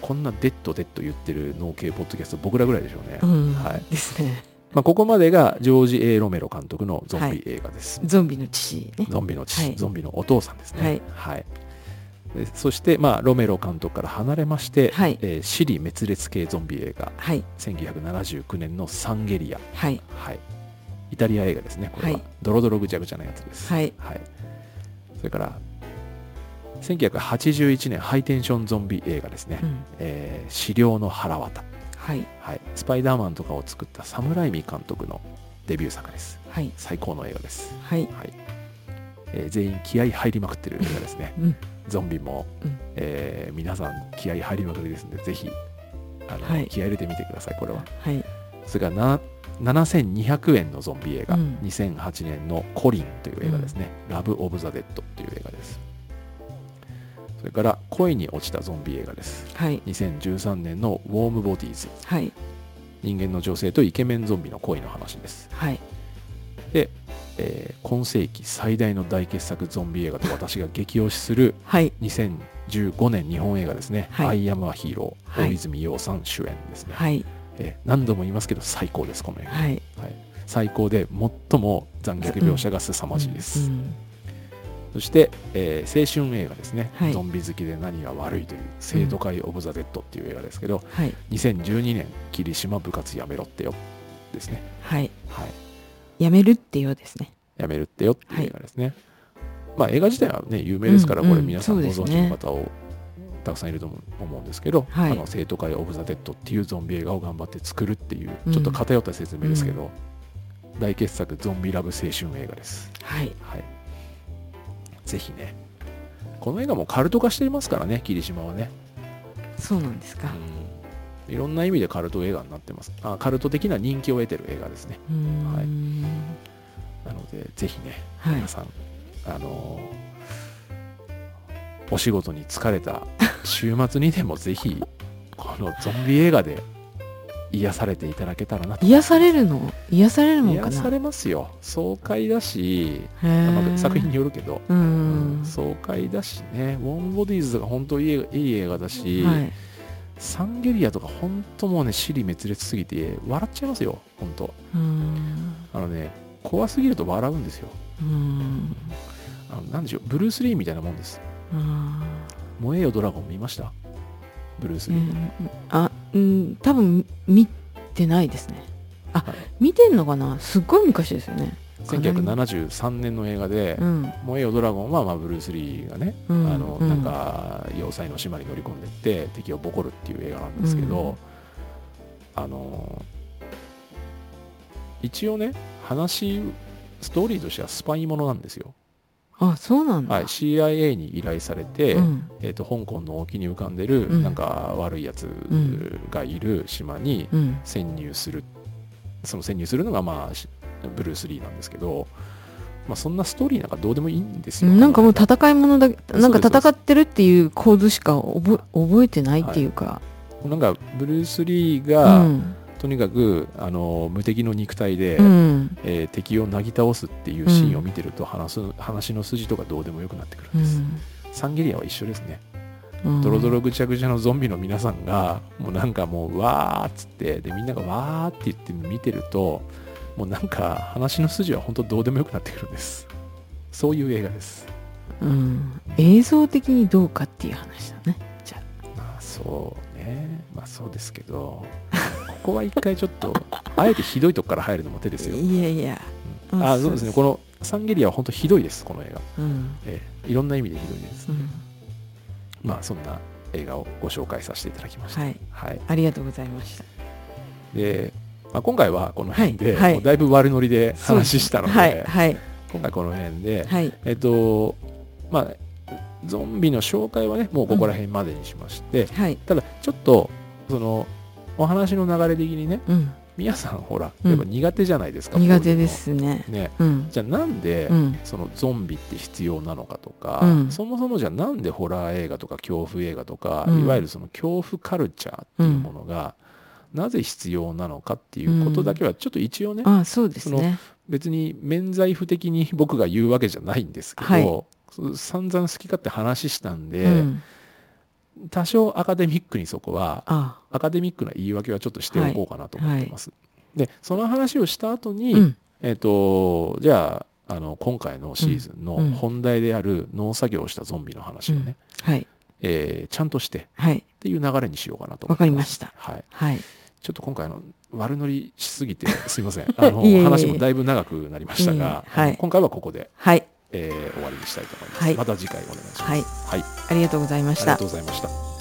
こんなデッドデッド言ってる脳系ポッドキャスト僕らぐらいでしょうね、うん、はいですねまあ、ここまでがジョージ・ A ・ロメロ監督のゾンビ映画です、ゾンビの父ねゾンビの父、はいゾンビのお父さんですねはい、はいでそして、まあ、ロメロ監督から離れまして、はいえーシリ滅裂系ゾンビ映画はい1979年のサンゲリア、はいはい、イタリア映画ですねこれは、はいドロドロぐちゃぐちゃなやつですはいはい、それから1981年ハイテンションゾンビ映画ですね、うんえー狩猟の腹渡、はいはい、スパイダーマンとかを作ったサムライミ監督のデビュー作ですはい最高の映画です、はいはいえー全員気合入りまくってる映画ですねうんゾンビも、うんえー皆さん気合入りまくりですんでぜひあの、はい気合入れてみてくださいこれははいそれからな7200円のゾンビ映画、うん2008年の「コリン」という映画ですね「ラブ・オブ・ザ・デッド」という映画ですそれから「恋に落ちたゾンビ映画」ですはい2013年の「ウォーム・ボディーズ」はい人間の女性とイケメンゾンビの恋の話ですはいで、えー今世紀最大の大傑作ゾンビ映画と私が激推しするはい2015年日本映画ですね「はい I am a hero」はい大泉洋さん主演ですね、はいえー何度も言いますけど最高ですこの映画、ははいい最高で最も残虐描写が凄まじいです、うんそして、えー青春映画ですね、はいゾンビ好きで何が悪いという「生徒会オブ・ザ・デッド」っていう映画ですけどはい2012年「霧島部活やめろってよ」ですねはいはいやめるってようですねやめるってよっていうはい映画ですね。まあ映画自体はね、有名ですから、うんうんこれ皆さんそうごです存ね知の方をたくさんいると思う思うんですけど、はいあの生徒会オブ・ザ・デッドっていうゾンビ映画を頑張って作るっていうう、んちょっと偏った説明ですけど、大傑作ゾンビラブ青春映画です。はいはい。ぜひね、この映画もカルト化していますからね、霧島はね。そうなんですかうんいろんな意味でカルト映画になってます。あカルト的な人気を得てる映画ですね。うーんなので、ぜひね、はい皆さん、あのーお仕事に疲 れた週末にでもぜひこのゾンビ映画で癒されていただけたらなと癒されるの癒されるもんか癒さなれますよ爽快だし、へーまあ作品によるけど、ううんん爽快だしねウォームボディーズが本当いいいい映画だし、はいサンゲリアとか本当もうね尻滅裂すぎて笑っちゃいますよ本当うんあのね怖すぎると笑うんですようんあのなんでしょうブルース・リーみたいなもんですうん燃えよドラゴン見ましたブルース・うリー、んあうん多分見てないですねあはい見てんのかなすっごい昔ですよねかなり1973年の映画で、うん燃えよドラゴンは、まあ、ブルース・リーがね、うんあのうんなんか要塞の島に乗り込んでって敵をボコるっていう映画なんですけど、あの一応ね話ストーリーとしてはスパイものなんですよ、あそうなんだはい、CIA に依頼されて、うんえー、と香港の沖に浮かんでる、うんなんか悪いやつんがいる島に、うん潜入するその潜入するのがまあしブルース・リーなんですけど、まあ、そんなストーリーなんかどうでもいいんですよなんかもう戦いものだなんかそうです戦ってるっていう構図しか覚え覚えてないっていうか、なんかブルース・リーが、うんとにかくあの無敵の肉体で、うんえー敵をなぎ倒すっていうシーンを見てると話す、話の筋とかどうでもよくなってくるんです、サンゲリアは一緒ですねうんドロドロぐちゃぐちゃのゾンビの皆さんがもうなんかもうわーっつってでみんながわーって言って見てるともうなんか話の筋は本当どうでもよくなってくるんですそういう映画ですうん、映像的にどうかっていう話だねじゃまあそうねまあそうですけどここは一回ちょっとあえてひどいとこから入るのも手ですあよ、いやいやうんああそうですねこのサンゲリアは本当ひどいですこの映画、うんええいろんな意味でひどいです、うんまあそんな映画をご紹介させていただきましたはいはいありがとうございましたで、まあ、今回はこの辺はで、いはいもうだいぶ悪ノリで話したので、はいはい今回この辺で、はいえっとまあゾンビの紹介はねもうここら辺までにしまして、はいただちょっとそのお話の流れ的にねうん皆さんほらうんやっぱ苦手じゃないですか、こういうの苦手ですねねうんじゃあなんで、うんそのゾンビって必要なのかとか、うんそもそもじゃあなんでホラー映画とか恐怖映画とか、うんいわゆるその恐怖カルチャーっていうものが、なぜ必要なのかっていうことだけはちょっと一応ね、あそうですそね別に免罪符的に僕が言うわけじゃないんですけど、はいそう散々好き勝手話したんで、うん多少アカデミックにそこはあアカデミックな言い訳はちょっとしておこうかなと思ってます。でその話をした後に、うんえっ、とじゃああの今回のシーズンのうん本題である農作業をしたゾンビの話をね、うんはいえーちゃんとしてっはいていう流れにしようかなと思わってかりましたはい、はいちょっと今回あの悪乗りしすぎ てすいませんあのいえいえいえ話もだいぶ長くなりましたが、いえいえはい今回はここで、はいえー終わりにしたいと思います、はいまた次回お願いします、はいはい、ありがとうございまあしりたがとうございました